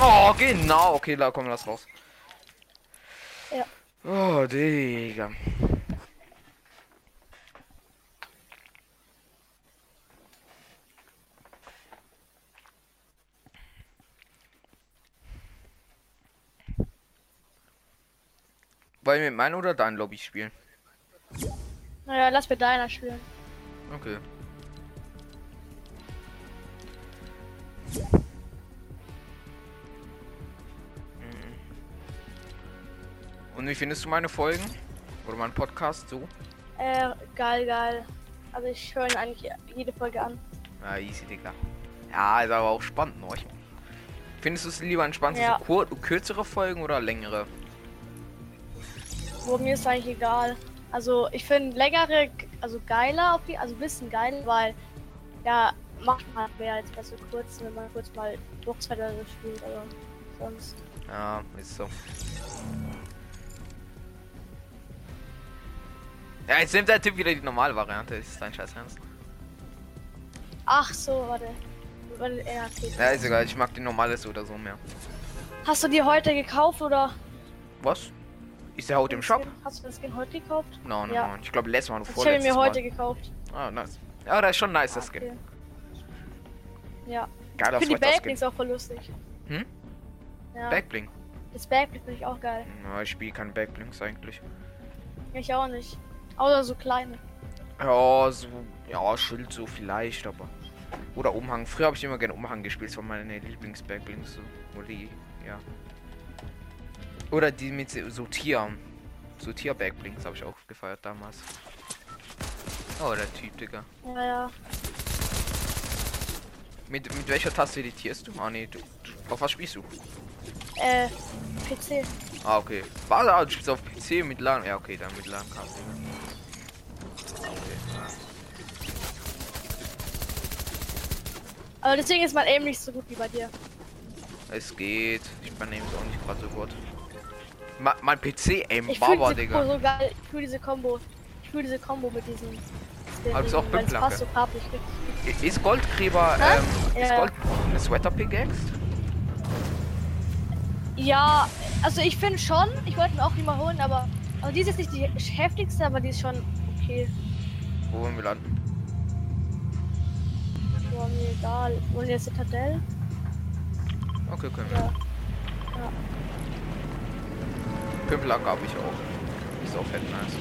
Oh, genau. Okay, da kommen wir das raus.
Ja.
Oh, Digga. Wollen wir mit meinem oder deinem Lobby spielen?
Naja, lass mit deiner spielen.
Okay. Mhm. Und wie findest du meine Folgen? Oder meinen Podcast so?
Äh, geil, geil. Also ich höre ihn eigentlich jede Folge an.
Ja, easy, Digga. Ja, ist aber auch spannend, ne? Findest du es lieber entspannt,
Ja.
so kur kürzere Folgen oder längere?
Wo mir ist eigentlich egal. Also ich finde längere, also geiler, auf die, also ein bisschen geil, weil ja, macht man halt mehr als bei so kurzen, wenn man kurz mal Boxfight oder so spielt, aber sonst.
Ja, ist so. Ja, jetzt nimmt der Typ wieder die normale Variante. Ist dein Scheiß Ernst?
Ach so, warte. Warte, ja, okay.
Ja, ist egal. Ich mag die normale so oder so mehr.
Hast du die heute gekauft oder?
Was? Ist der heute im
den
Shop?
Skin? Hast du das Skin heute gekauft?
Nein, nein,
Ja.
nein. Ich glaube, letztes Mal, du
Ich habe ihn
vorletztes
mir
Mal.
heute gekauft.
Ah, nice. Ja, das ist schon nice, das Skin.
Okay. Ja.
Geiler
Ich finde die
Sweater-Skin.
Backlinks auch voll lustig.
Hm?
Ja.
Backblink.
das Backblink finde ich auch geil.
Na, ich spiele keine Backblinks eigentlich.
Ich auch nicht. Außer so kleine.
Ja, so. Ja, Schild so vielleicht, aber. Oder Umhang. Früher habe ich immer gerne Umhang gespielt. Das war meine Lieblings-Backblinks. So. Oder die, ja. Oder die mit so so Tier. So Tier-Backblinks habe ich auch gefeiert damals. Oh, der Typ, Digga.
Ja, ja.
Mit, mit welcher Taste editierst du? Ah, nee, du, du, auf was spielst du?
Äh, PC.
Ah, okay. Warte, ah, du spielst auf PC mit LAN. Ja, okay, dann mit LAN kam
Aber deswegen ist mein Aim nicht so gut wie bei dir.
Es geht. Ich übernehme es auch nicht gerade so gut. Ma mein PC aim
Ich fühle
Baba,
diese Kombo
Digga.
so geil. Ich fühle diese Kombo. Ich fühle diese Kombo mit diesem. Skin.
Ah, du bist auch
Weil es
Bildplanke.
passt so farblich.
I- Ist Goldgräber, ähm, ist
Ja.
Gold eine Sweater Pickaxe?
Ja, also ich finde schon, ich wollte mir auch die mal holen, aber. Also die ist jetzt nicht die heftigste, aber die ist schon okay.
Wo wollen wir landen?
War mir egal. Und jetzt Citadel?
Okay, können wir.
Ja.
Pimpelack habe ich auch. Ist auch fett nice.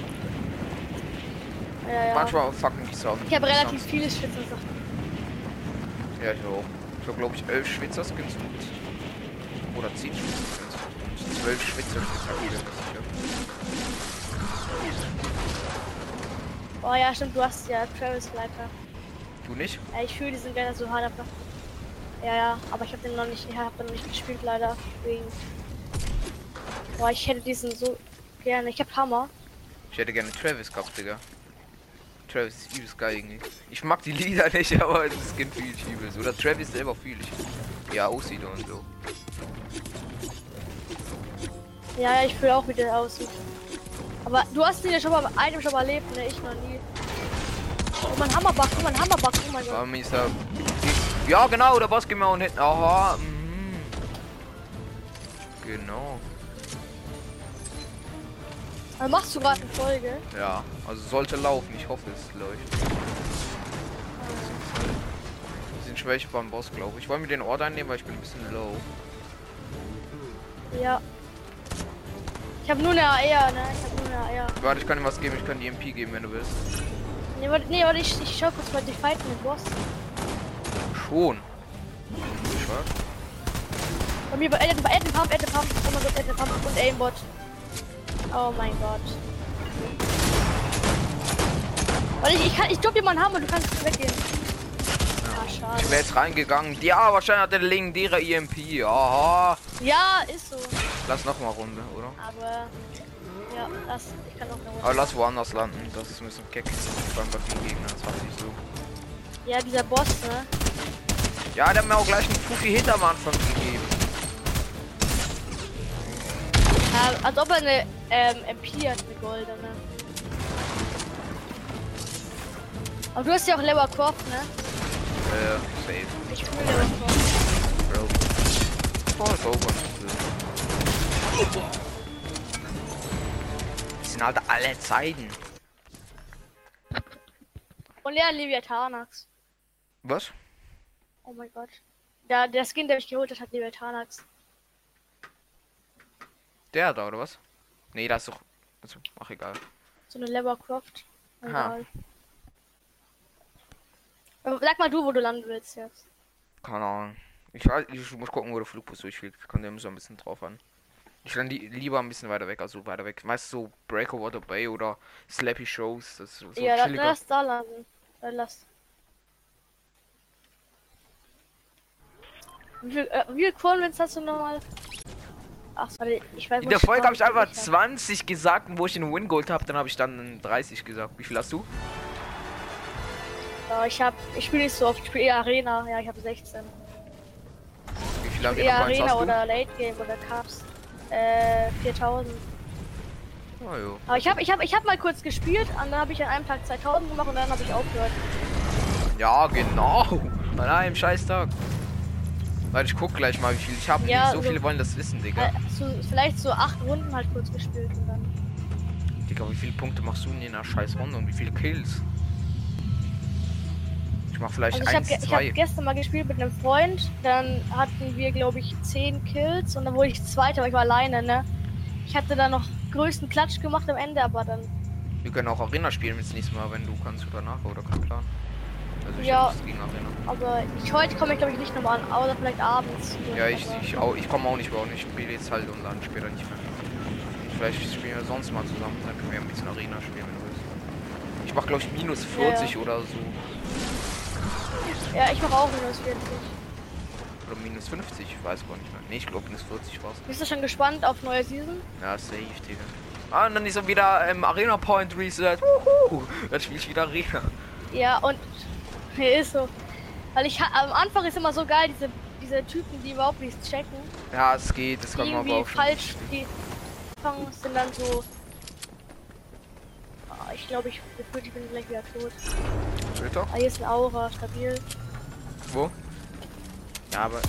Ja, ja.
Manchmal fucken die Sachen.
Ich habe relativ viele Schützensachen.
Ja, ich auch. Ich habe, glaube ich, elf Schwitzer Skins und. Oder zehn Schwitzer Skins. und Zwölf Schwitzer Skins. hab ich mir gesichert.
Oh ja, stimmt, du hast ja Travis Leiter.
Du nicht?
Ja, ich fühle diesen Gleiter so hart einfach. Ja, ja, aber ich habe den noch nicht, ich habe den noch nicht gespielt leider. Wegen. Boah, ich hätte diesen so gerne. Ich habe Hammer.
Ich hätte gerne Travis gehabt, Digga. Travis ist übelst geil irgendwie. Ich mag die Lieder nicht, *laughs* aber das Skin fühle ich übelst. Oder Travis selber fühle ich. Ja, aussieht und so.
Ja, ja, ich fühle auch, wie der aussieht. Aber du hast ihn ja schon mal bei einem schon mal erlebt, ne? Ich noch nie. Oh, mein Hammerback, oh, mein Hammerback, oh mein Gott.
Aber mir ist da. Ja, genau, der Boss geht mir auch hinten. Aha, mhm. Genau.
Aber machst du gerade eine Folge?
Ja, also sollte laufen. Ich hoffe, es läuft. Wir sind schwäche beim Boss, glaube ich. Ich wollte mir den Ort einnehmen, weil ich bin ein bisschen low.
Ja. Ich habe nur eine AR, ne? Ich habe nur eine AR.
Warte, ich kann dir was geben. Ich kann die MP geben, wenn du willst.
Nee, warte, nee, warte, ich, ich schau kurz mal die Fight mit dem Boss.
Schon. Ich war-
Bei mir war Ed, Ed, Ed, Pump, Ed, Pump, oh mein Gott, Ed, Pump und Aimbot. Oh mein Gott. Warte, ich, ich kann, ich drop dir mal einen Hammer, du kannst weggehen. Ah, schade.
Ich wäre jetzt reingegangen. Ja, wahrscheinlich hat der legendäre EMP. E Aha.
Ja, ist so.
Lass noch mal Runde, oder?
Aber, ja, das, ich kann auch eine Runde.
Aber lass woanders landen. Das ist ein bisschen keck. Beim Gegner. Das war nicht so.
Ja, dieser Boss, ne?
Ja, der hat mir auch gleich einen Fufi hinterm Anfang gegeben.
Ja, als ob er eine, ähm, MP hat, eine goldene. Aber du hast ja auch Lever Croft, ne?
Äh, safe,
Ich spiele Lever Croft.
Bro. Default Overkill. Das sind halt alle Zeiten.
Und ja, Leviathanax.
Was?
Oh mein Gott. Ja, der Skin, der mich geholt hat, hat Leviathanax.
Der da, oder was? Nee, das ist doch. Also, ach egal.
So eine Levercroft.
Ha.
Egal. Aber Sag mal du, wo du landen willst jetzt.
Keine Ahnung. Ich, weiß, ich muss gucken, wo der Flugbus durchfliegt. Kommt immer so ein bisschen drauf an. Ich lande li- lieber ein bisschen weiter weg, also weiter weg. Weißt du, so Breakwater Bay oder Slappy Shows, das ist so so
ja, dann
chilliger.
lass da landen. Dann lass. Wie viel, äh, wie viel Kornwins hast du nochmal? Ach, sorry, ich weiß
In der Folge habe ich einfach
zwei.
20 gesagt, und wo ich den Win Gold habe, dann habe ich dann 30 gesagt. Wie viel hast du?
Ja, ich hab, ich spiele nicht so oft, ich spiele eher Arena, ja, ich habe 16.
Wie viel habe ich
eher
noch eins
Arena
hast du?
oder Late Game oder Cups. Äh, 4000.
Ah, jo.
Aber ich habe ich hab, ich hab mal kurz gespielt und dann habe ich an einem Tag 2000 gemacht und dann habe ich aufgehört.
Ja, genau. An einem Scheißtag. Warte, ich guck gleich mal, wie viel ich habe.
Ja,
so
so-
viele wollen das wissen, Digga.
Äh, so, vielleicht so acht Runden halt kurz gespielt und dann.
Digga, wie viele Punkte machst du denn in einer scheiß Runde und wie viele Kills? Ich mach vielleicht
Also ich habe
eins,
ich
zwei.
hab gestern mal gespielt mit einem Freund, dann hatten wir glaube ich 10 Kills und dann wurde ich Zweiter, aber ich war alleine, ne? Ich hatte dann noch größten Klatsch gemacht am Ende, aber dann
Wir können auch Arena spielen das nächste Mal, wenn du kannst oder nach oder kein Plan. Also ich
Ja.
hab nichts gegen Arena.
Aber ich, heute komme ich glaube ich nicht nochmal an, außer vielleicht abends.
Ja, ich,
Aber-
ich, auch, ich komme auch nicht mehr und ich spiele jetzt halt und dann später nicht mehr. Vielleicht spielen wir sonst mal zusammen, dann können wir ein bisschen Arena spielen, wenn du willst. Ich mach glaube ich minus
Ja, ja.
40 oder so.
Ja, ich mache auch minus 40.
Oder minus 50, ich weiß gar nicht mehr. Nee, ich glaube minus 40 war's.
Bist du schon gespannt auf neue Season?
Ja, safe, Digga. Ah, und dann ist er wieder im Arena Point Reset. Wuhu! Dann spiel ich wieder Arena.
Ja, und *laughs* hier ist so. Weil ich ha- am Anfang ist immer so geil, diese, diese Typen, die überhaupt nichts checken,
Ja, es geht, das
die
kann man aber
irgendwie
auch schon
falsch
spielen.
die Songs sind dann so. Ah, Ich glaube, ich, ich bin gleich wieder tot.
Filter?
Ah, hier ist ein Aura, stabil.
Wo? Ja, aber.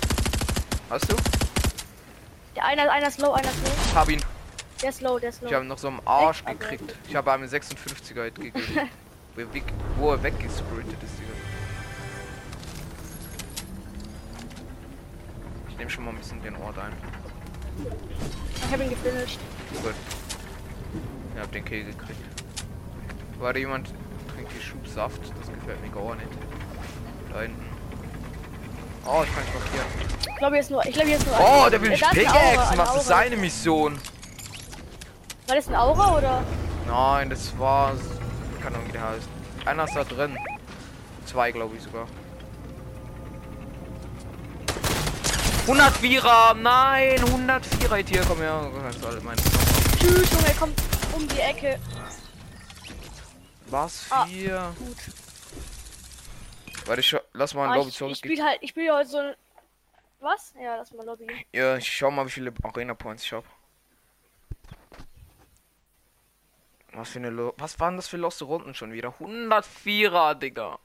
Hast du?
Der einer, einer ist low, einer ist low.
Hab ihn.
Der ist low, der ist low.
Ich habe noch so einen Arsch
Echt? also- Okay.
gekriegt. Ich habe einem 56er halt
*laughs*
gegeben. wo, er weg, wo er weggesprintet ist, Digga. Ich nehme schon mal ein bisschen den Ort ein.
Ich habe ihn gefinisht.
Gut. Ich hab den Kill gekriegt. Warte, jemand trinkt hier Schubsaft. Das gefällt mir gar nicht. Da hinten. Oh, ich kann nicht blockieren.
Ich glaube, hier ist nur. Ich glaube, hier ist nur.
Oh,
einer.
der will mich
da ist eine Aura,
pickaxen.
eine
Was ist
Aura.
seine Mission?
War das ein Aura oder?
Nein, das war's. Keine Ahnung, wie der heißt. Einer ist da drin. Zwei, glaube ich sogar. 100 Vierer, nein, 100 Vierer hier, komm her, das ist alle meine.
Tschüss, Junge, er kommt um die Ecke.
Was
Ah,
vier?
gut.
Warte, ich, scha- lass mal ein
Ah,
Lobby
ich ich
zurückgehen.
spiele halt, ich spiele heute so ein. Was? Ja, lass mal Lobby.
Ja, ich schau mal, wie viele Arena Points ich hab. Was für eine Lo Was waren das für loste Runden schon wieder? 104er, Digga.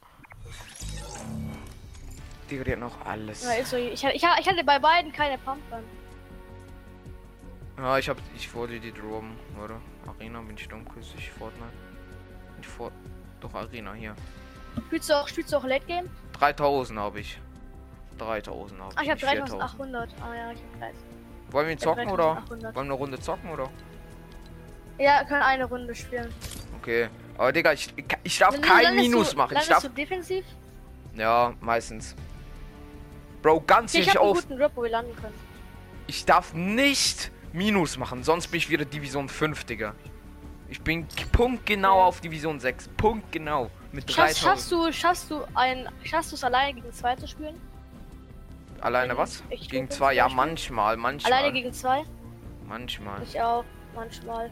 Digga, die hat noch alles.
Ja, ist so, ich, ich, ich hatte bei beiden keine Pumpgun.
Ja, ich hab. Ich wollte die droben, oder? Arena bin ich dumm, küsse ich Fortnite. Ich fort. Doch, Arena hier.
Spielst du auch, spielst du auch Late Game?
3000 habe ich. 3000 habe ich.
Ah, ich habe
nicht
3800. Ah ja, ich hab 30.
Wollen wir ihn zocken oder? Wollen
3800.
wir eine Runde zocken oder?
Ja, können eine Runde spielen.
Okay. Aber Digga, ich, ich- ich darf
Wenn du
kein
landest
Minus
du,
machen. Ich
landest
darf.
du defensiv?
Ja, meistens. Bro, ganz
Ich, ich
nicht
habe einen
auf.
guten Drop, wo wir landen können.
Ich darf nicht Minus machen, sonst bin ich wieder Division 5, Digga. Ich bin punktgenau
Ja.
auf Division 6. Punktgenau. Mit
Schaffst,
3000.
schaffst du, schaffst du ein, schaffst du es alleine gegen zwei zu spielen?
Alleine
wenn
was?
ich tot
Gegen
bin
zwei?
zum
Ja,
Beispiel?
manchmal, manchmal.
Alleine gegen zwei?
manchmal.
Ich auch, manchmal.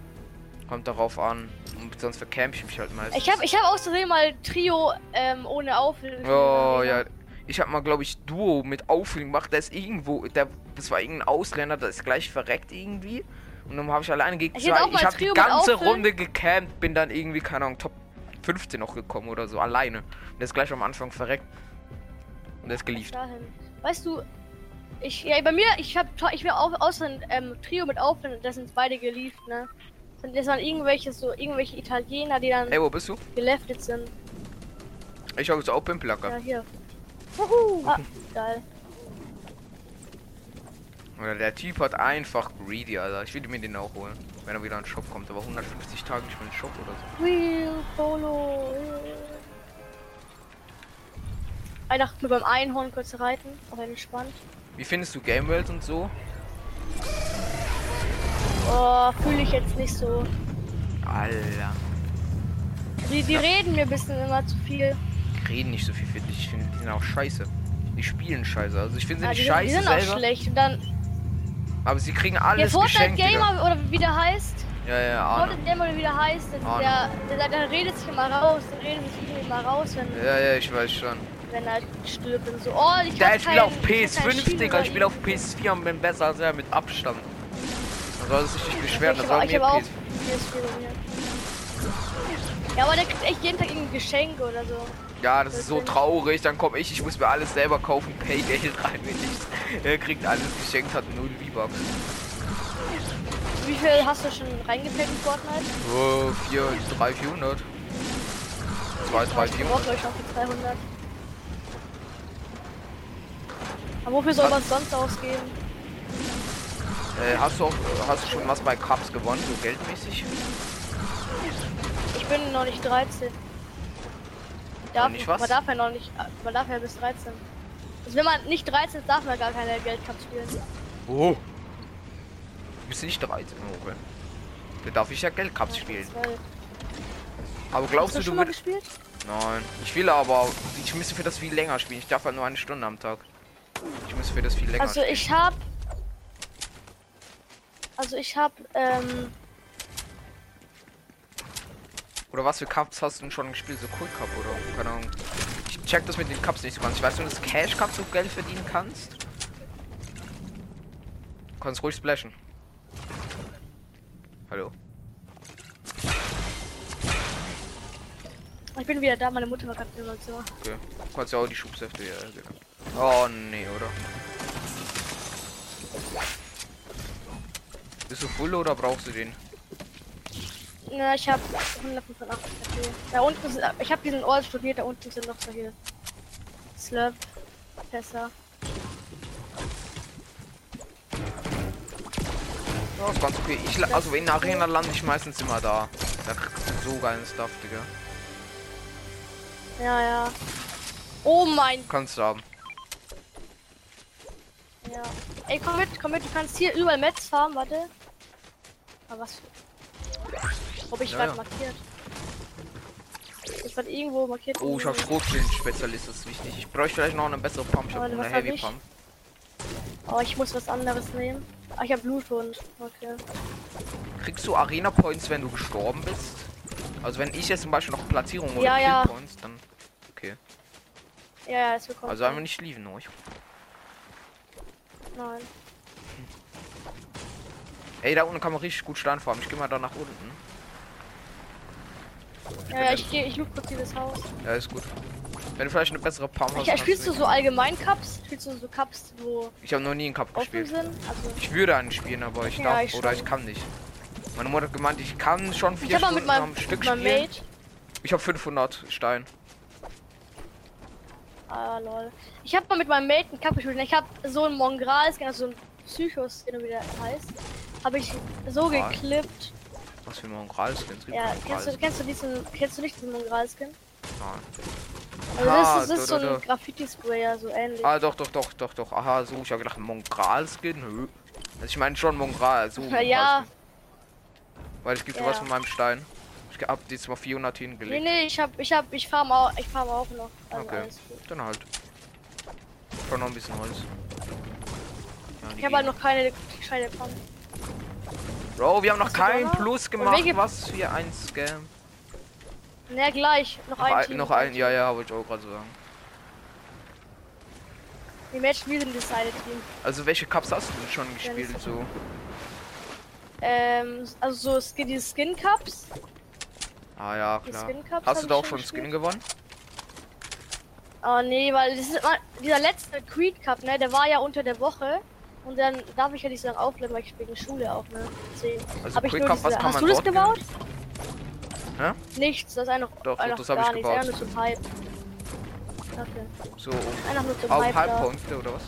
Kommt darauf an. Und sonst verkämpfe ich mich halt meistens.
Ich habe ich hab aus Versehen mal Trio ähm, ohne Auflösung.
Oh, ja. Ich hab mal, glaube ich, Duo mit Auffüllen gemacht. Da ist irgendwo, der, das war irgendein Ausländer, der ist gleich verreckt irgendwie. Und dann habe ich alleine gegen
Ich hätte
zwei.
auch mal
Ich habe die
Trio mit
ganze
Auffüllen.
Runde gecampt, bin dann irgendwie, keine Ahnung, Top 15 noch gekommen oder so, alleine. Und der ist gleich am Anfang verreckt. Und der ist gelieft.
Dahin. Weißt du, Ich, ja, bei mir, ich hab, ich will auch aus ein ähm, Trio mit aufhören, das sind beide gelieft, ne? Sind das waren irgendwelche, so, irgendwelche Italiener, die dann
Ey, wo bist du?
geleftet sind.
Ich habe jetzt Open
Ja,
Placker.
hier.
*laughs*
Wuhu! Ah, geil.
Oder der Typ hat einfach greedy, Alter. Ich würde mir den auch holen, wenn er wieder in den Shop kommt. Aber 150 Tage nicht mehr in den Shop oder so.
Wheel, Polo. Ich dachte mir beim Einhorn kurz reiten, aber entspannt.
Wie findest du Game World und so?
Oh, fühle ich jetzt nicht so.
Alter.
Die, die reden mir ein bisschen immer zu viel.
Die reden nicht so viel für dich. Ich finde, die sind auch scheiße. Die spielen scheiße. Also ich finde sie
Ja,
nicht
die, sind-
scheiße
die sind auch
selber.
schlecht. Und dann
Aber sie kriegen
der
alles
Fortnite
geschenkt.
Gamer
Digga.
oder wie der heißt,
Ja, ja,
Fortnite
Arne.
Gamer oder wie der heißt, der,
Ahnung.
der, der, der redet sich immer raus, der redet sich immer raus, wenn,
Ja, ja, ich weiß schon.
wenn er stirbt und so. Oh, ich
Ja,
hab
ich spiele auf
keinen- ich hab keinen
PS5,
Schienen
Digga. Ich
über
spiele auf
ihn.
PS4 und bin besser als er mit Abstand. Man soll sich nicht beschweren,
Ich
das
hab-
soll
ich
mir
hab auch
PS4.
PS4 bei mir. Ja, aber der kriegt echt jeden Tag irgendein Geschenk oder so.
Ja, das ist so
Deswegen-
traurig. Dann komm ich, ich muss mir alles selber kaufen. Paygeld rein, wenn nichts. Er kriegt alles geschenkt, hat null V-Bucks.
Wie viel hast du schon reingepackt in Fortnite?
Oh, 4, 3, 400. 2, 3,
Ich
400.
brauche euch noch die 300. Aber wofür soll man sonst ausgeben?
Äh, hast du auch, hast du schon was bei Cups gewonnen, so geldmäßig?
Ich bin noch nicht 13. Darf,
Noch nicht was?
Man darf ja noch nicht, man darf ja bis 13. Also wenn man nicht 13 ist, darf man gar keine Geldcup spielen.
Oh. Du bist nicht 13, okay. Da darf ich ja Geldcups spielen.
Weil-
Aber glaubst du,
Hast du schon
du
mal
würdest.
gespielt?
Nein. Ich will aber. Ich müsste für das viel länger spielen. Ich darf halt nur eine Stunde am Tag. Ich muss für das viel länger
Also ich hab. Also ich hab, ähm,
Oder was für Cups hast du denn schon gespielt? So Cool Cup oder keine Ahnung. Ich check das mit den Cups nicht so ganz. Ich weiß nur, dass Cash Cups so Geld verdienen kannst. Du kannst ruhig splashen. Hallo.
ich bin wieder da, meine Mutter war gerade im Zimmer.
Okay. Du kannst ja auch die Schubsäfte hier. äh, Digga. Oh nee, oder? Bist du full oder brauchst du den?
Na, ich hab 185 HP. Da unten sind, ich hab diesen Ort studiert, da unten sind noch solche Slurp Fässer.
Ja, ist ganz okay. Ich, la- also in der Arena lande ich meistens immer da. Da kriegst du so geilen Stuff, Digga.
Ja, ja. Oh mein
Kannst du haben.
Ja. Ey, komm mit, komm mit, du kannst hier überall Metz farmen, warte. Aber was für. Ob ich
Ja,
gerade
ja.
markiert? Ich war irgendwo markiert. Hm.
Oh, ich hab
irgendwo.
Schrotflinten-Spezialist, das ist wichtig. Ich bräuchte vielleicht noch eine bessere Pump. Ich hab
Aber
nur
was
eine
hab
Heavy
ich?
Pump.
Oh, ich muss was anderes nehmen. Ah, ich hab Blutwund. Okay.
Kriegst du Arena Points, wenn du gestorben bist? Also wenn ich jetzt zum Beispiel noch Platzierung oder
Ja,
Kill
ja.
Points, dann. Okay.
Ja, ja, das bekommt.
Also einfach nicht lieben euch.
Nein.
Ey, da unten kann man richtig gut Stein farmen. Ich geh mal da nach unten.
Ja, ja, ich gehe, ich loot kurz dieses Haus.
Ja, ist gut. Wenn du vielleicht eine bessere Pump hast.
Ich,
kannst
spielst du
mir-
so allgemein Cups? Spielst du so Cups, wo
Ich habe noch nie einen Cup
offen
gespielt.
sind? Also.
Ich würde einen spielen, aber ich
Ja,
darf
ich
oder
schon.
ich kann nicht. Meine Mutter hat gemeint, ich kann schon
Ich
vier
hab mal
Stunden
mit meinem,
am Stück
mit meinem
spielen.
Mate.
Ich habe 500 Stein.
Ah, lol. Ich habe mal mit meinem Mate einen Cup gespielt. und Ich habe so einen Mongral, also so ein Psychos, den er wieder heißt, habe ich so
Ah.
geklippt.
Was für ein Mongralskin? Es gibt
Ja,
keinen
kennst du,
Mongralskin.
kennst du diesen, kennst du nicht diesen Mongral-Skin?
Nein.
Also
Ah,
das ist, das ist so
da, da,
ein
da.
Graffiti-Sprayer, so ähnlich.
Ah, doch, doch, doch, doch, doch. Aha, so, ich habe gedacht, Mongralskin. Hö. Also ich meine schon Mongral, so.
Na *laughs* ja,
Mongralskin. Weil es gibt
Ja.
was von meinem Stein. Ich hab jetzt mal 400
nee,
hingelegt.
nee, ich hab, ich hab, ich farm auch, ich farm auch noch. Also
Okay.
alles gut.
Dann halt. Schon noch ein bisschen Holz. Ja, die
Ich habe halt
gehen.
noch keine Scheine Pump.
Bro, wir haben noch
Hast du da
keinen
noch?
Plus
Und
gemacht.
welche-
Was für ein Scam.
Na gleich, noch,
Noch
ein,
ein,
Team.
noch ein, ja, ja, wollte ich auch gerade so sagen.
Die Match wir sind das eine Team.
Also, welche Cups hast du denn schon
Ja, das
gespielt?
ist
so,
Ähm, also so Skin, die Skin Cups.
ah, ja,
Die
klar.
Skin Cups
Ah, Hast
hab
du da
ich
auch
schon
schon einen Skin gewonnen?
gespielt. Oh nee, weil das ist immer, dieser letzte Creed Cup, ne, der war ja unter der Woche. Und dann darf ich ja nicht so lange aufbleiben, weil ich wegen Schule auch, ne? Deswegen.
Also
Hab ich
Quick
nur
Cup, was
diese,
kann
hast
man
du das
dort gewinnen?
gebaut? Nichts, das ist einfach,
Doch,
einfach
das hab
gar
ich
nichts,
gebaut.
einfach nur zum Hype. Kacke.
So um,
Einfach nur zum
auf
Hype da.
Halbpunkte oder was? Äh,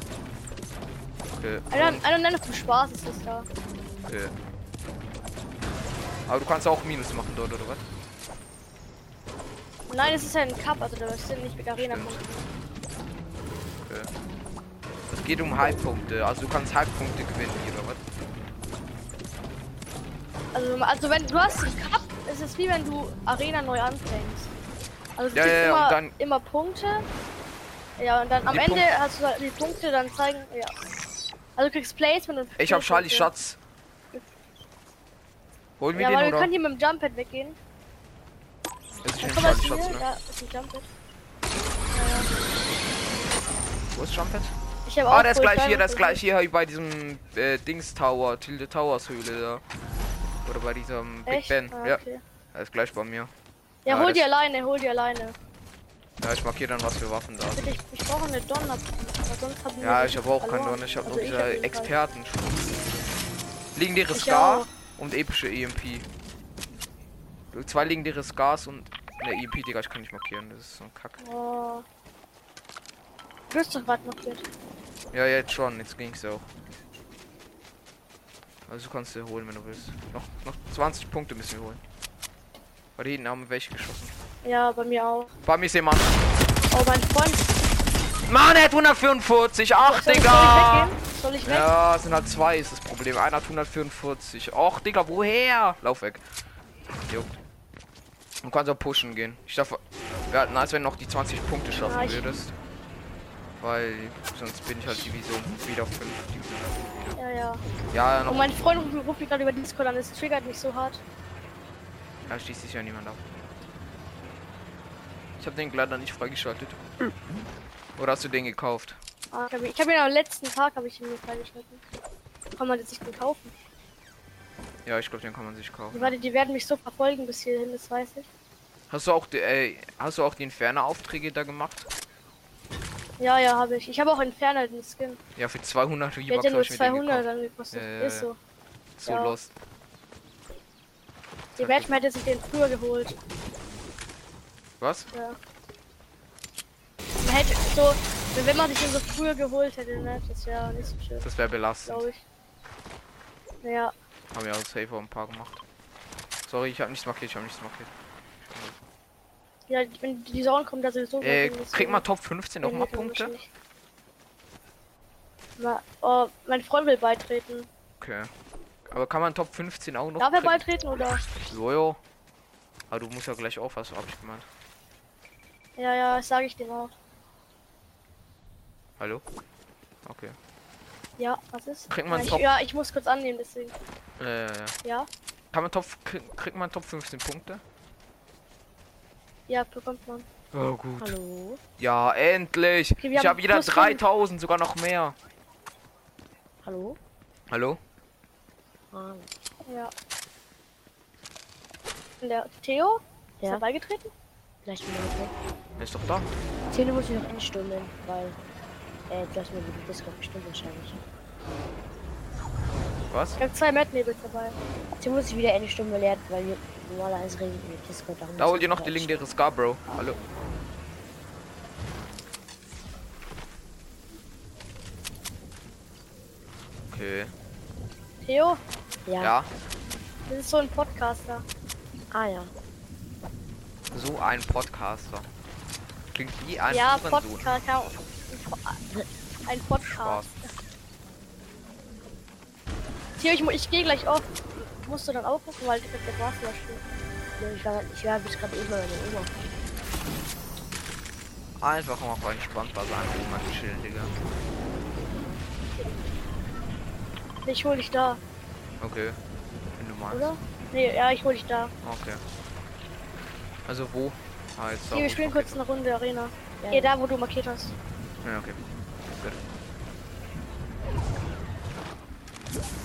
Okay.
Einfach, einfach nur zum Spaß ist das da.
okay. äh. Aber du kannst auch Minus machen dort oder was?
Nein, es ist ja ein Cup, also das sind nicht mit Arena
Stimmt.
Punkten.
Es geht um Halbpunkte, also du kannst Halbpunkte gewinnen hier oder was?
Also, also wenn du hast einen Cup, ist es wie wenn du Arena neu anfängst. Also du
Ja,
kriegst
ja, ja,
immer,
und dann-
immer Punkte. Ja, und dann am
Die
Ende
Punkte-
hast du halt die Punkte dann zeigen. Ja. Also du kriegst Placement und
Ich hab Charlie
Punkte.
Schatz. Holen wir
Ja,
den
weil wir
oder?
können hier mit dem Jumppad weggehen.
Es ist
Dann
schon
komm mal
Charlie
zu
Schatz,
mir.
ne?
Ja, ist ein Jumppad.
Wo ist Jumpet?
Ich hab
Ah,
auch
der ist
voll
gleich
Steine
hier, der ist
gefunden.
gleich hier bei diesem äh, Dings Tower, Tilde Towers Höhle da. Oder bei diesem Big
Echt?
Ben.
Ah,
Ja,
okay.
er ist gleich bei mir.
Ja,
Ah,
hol
das-
die alleine, hol die alleine.
Ja, ich markiere dann, was für Waffen da sind.
Bitte, ich, ich brauche eine Donner. weil Sonst hab
Ja,
nur-
ich habe auch
verloren.
keine Donner, ich habe
Also
nur
ich auf
diese
jeden Fall.
Experten. Legendäre
Ich
Scar
auch.
und epische EMP. Zwei legendäre Scars und eine EMP, Digga, ich kann nicht markieren, das ist so ein Kack.
Oh. Du hast doch was markiert.
Ja, jetzt schon, jetzt ging's auch. Also du kannst du holen, wenn du willst. Noch, noch 20 Punkte müssen wir holen. Bei hinten haben wir welche geschossen.
Ja, bei mir auch.
Bei mir ist jemand.
Oh, mein Freund.
Mann, er hat 144. Ach,
Soll ich, soll ich
Digga.
weggehen? Soll ich weg?
Ja, es sind halt zwei, ist das Problem. Einer hat 144. Och, Digga, woher? Lauf weg. Juckt. Du kannst auch pushen gehen. Ich darf. Wäre halt nice, wenn du noch die 20 Punkte schaffen
Ja, ich-
würdest. Weil sonst bin ich halt Division wieder auf fünf.
Ja, ja.
Ja, noch
Und mein Freund ruft, ruft mich gerade über Discord an. Das triggert mich so hart.
Da schließt sich ja niemand ab. Ich habe den leider nicht freigeschaltet. Oder hast du den gekauft?
Ah, ich habe ihn, ich hab ihn am letzten Tag habe ich ihn mir freigeschalten. Kann man jetzt nicht mehr kaufen.
Ja, ich glaube, den kann man sich
Die,
kaufen.
warte, die werden mich so verfolgen bis hierhin, das weiß ich.
Hast du auch die, ey, hast du auch die Inferno-Aufträge da gemacht?
Ja, ja, habe ich. Ich habe auch Inferno den Skin.
Ja, für 200
Der
Lieber
hat ja
habe
nur
ich mir den
200
gekauft.
dann gekostet.
Ja, ja,
Ist
ja.
so.
So
ja.
los.
Die Welt hätte sich den früher geholt.
Was?
Ja. Man hätte so, wenn man sich den so früher geholt hätte, ne? Das wäre nicht so schön,
Das wäre belastend.
glaube ich. Ja.
Haben ja auch safe ein paar gemacht. Sorry, ich habe nichts markiert, ich habe nichts markiert.
Ja, wenn die Sorgen kommen, da sowieso.
Äh,
deswegen-
kriegt man Top 15
deswegen
nochmal
kann man
Punkte?
nicht. Ma- Oh, mein Freund will beitreten.
Okay. Aber kann man Top 15 auch noch
Darf er
kriegen?
beitreten oder?
Jojo. Aber du musst ja gleich auf, was hab ich gemeint.
Ja, ja, das sage ich dem auch.
Hallo? Okay.
Ja, was ist?
Kriegt man
ja,
Top-
ich, ja, ich muss kurz annehmen, deswegen.
Äh, ja.
Ja,
Kann man Top, krieg, kriegt man Top 15 Punkte?
ja, bekommt man.
Oh, gut.
Hallo?
Ja, endlich.
Okay, wir
ich
haben
habe jeder
plus fünf.
3000, sogar noch mehr.
Hallo?
Hallo?
Ah,
Ja. Und der Theo? Ist
Ja.
er beigetreten?
gleich eine Minute.
Er Ist doch da.
Tele muss ich noch einstimmen, weil äh, du hast mir die Discord gestimmt wahrscheinlich.
Was?
Ich habe zwei Mad Nebels dabei.
Tele muss ich wieder eine Stimme leert, weil wir normalerweise reden wir mit Discord darum.
Da
muss
holt
ich
ihr noch die
wieder
legendäre Scar, Bro. Hallo? Okay.
Theo,
einstimmen. Ja.
Ja.
das ist so ein Podcaster.
Ah ja.
So ein Podcaster. Klingt wie ein
ja,
Hurensohn.
Podcast. ja, ein Po- Ein
Spaß.
Podcast. Theo, ich, mu- ich gehe gleich auf. Musst du dann auch gucken, weil ich mit der Brasse ja spielen.
Ja, Ich war, ich war bis gerade eben bei meiner Oma.
Einfach mal auf entspannt was an. Mal chillen, Digga.
Ich hol dich da,
Okay. Wenn du meinst.
oder? Nee, ja, ich hol dich da.
Okay. Also wo? Ah, jetzt da,
Hier,
wo
wir
ich
spielen
markiert
kurz eine Runde Arena.
Ja,
Hier, da, wo du markiert hast.
hab. Ja, okay. Gut.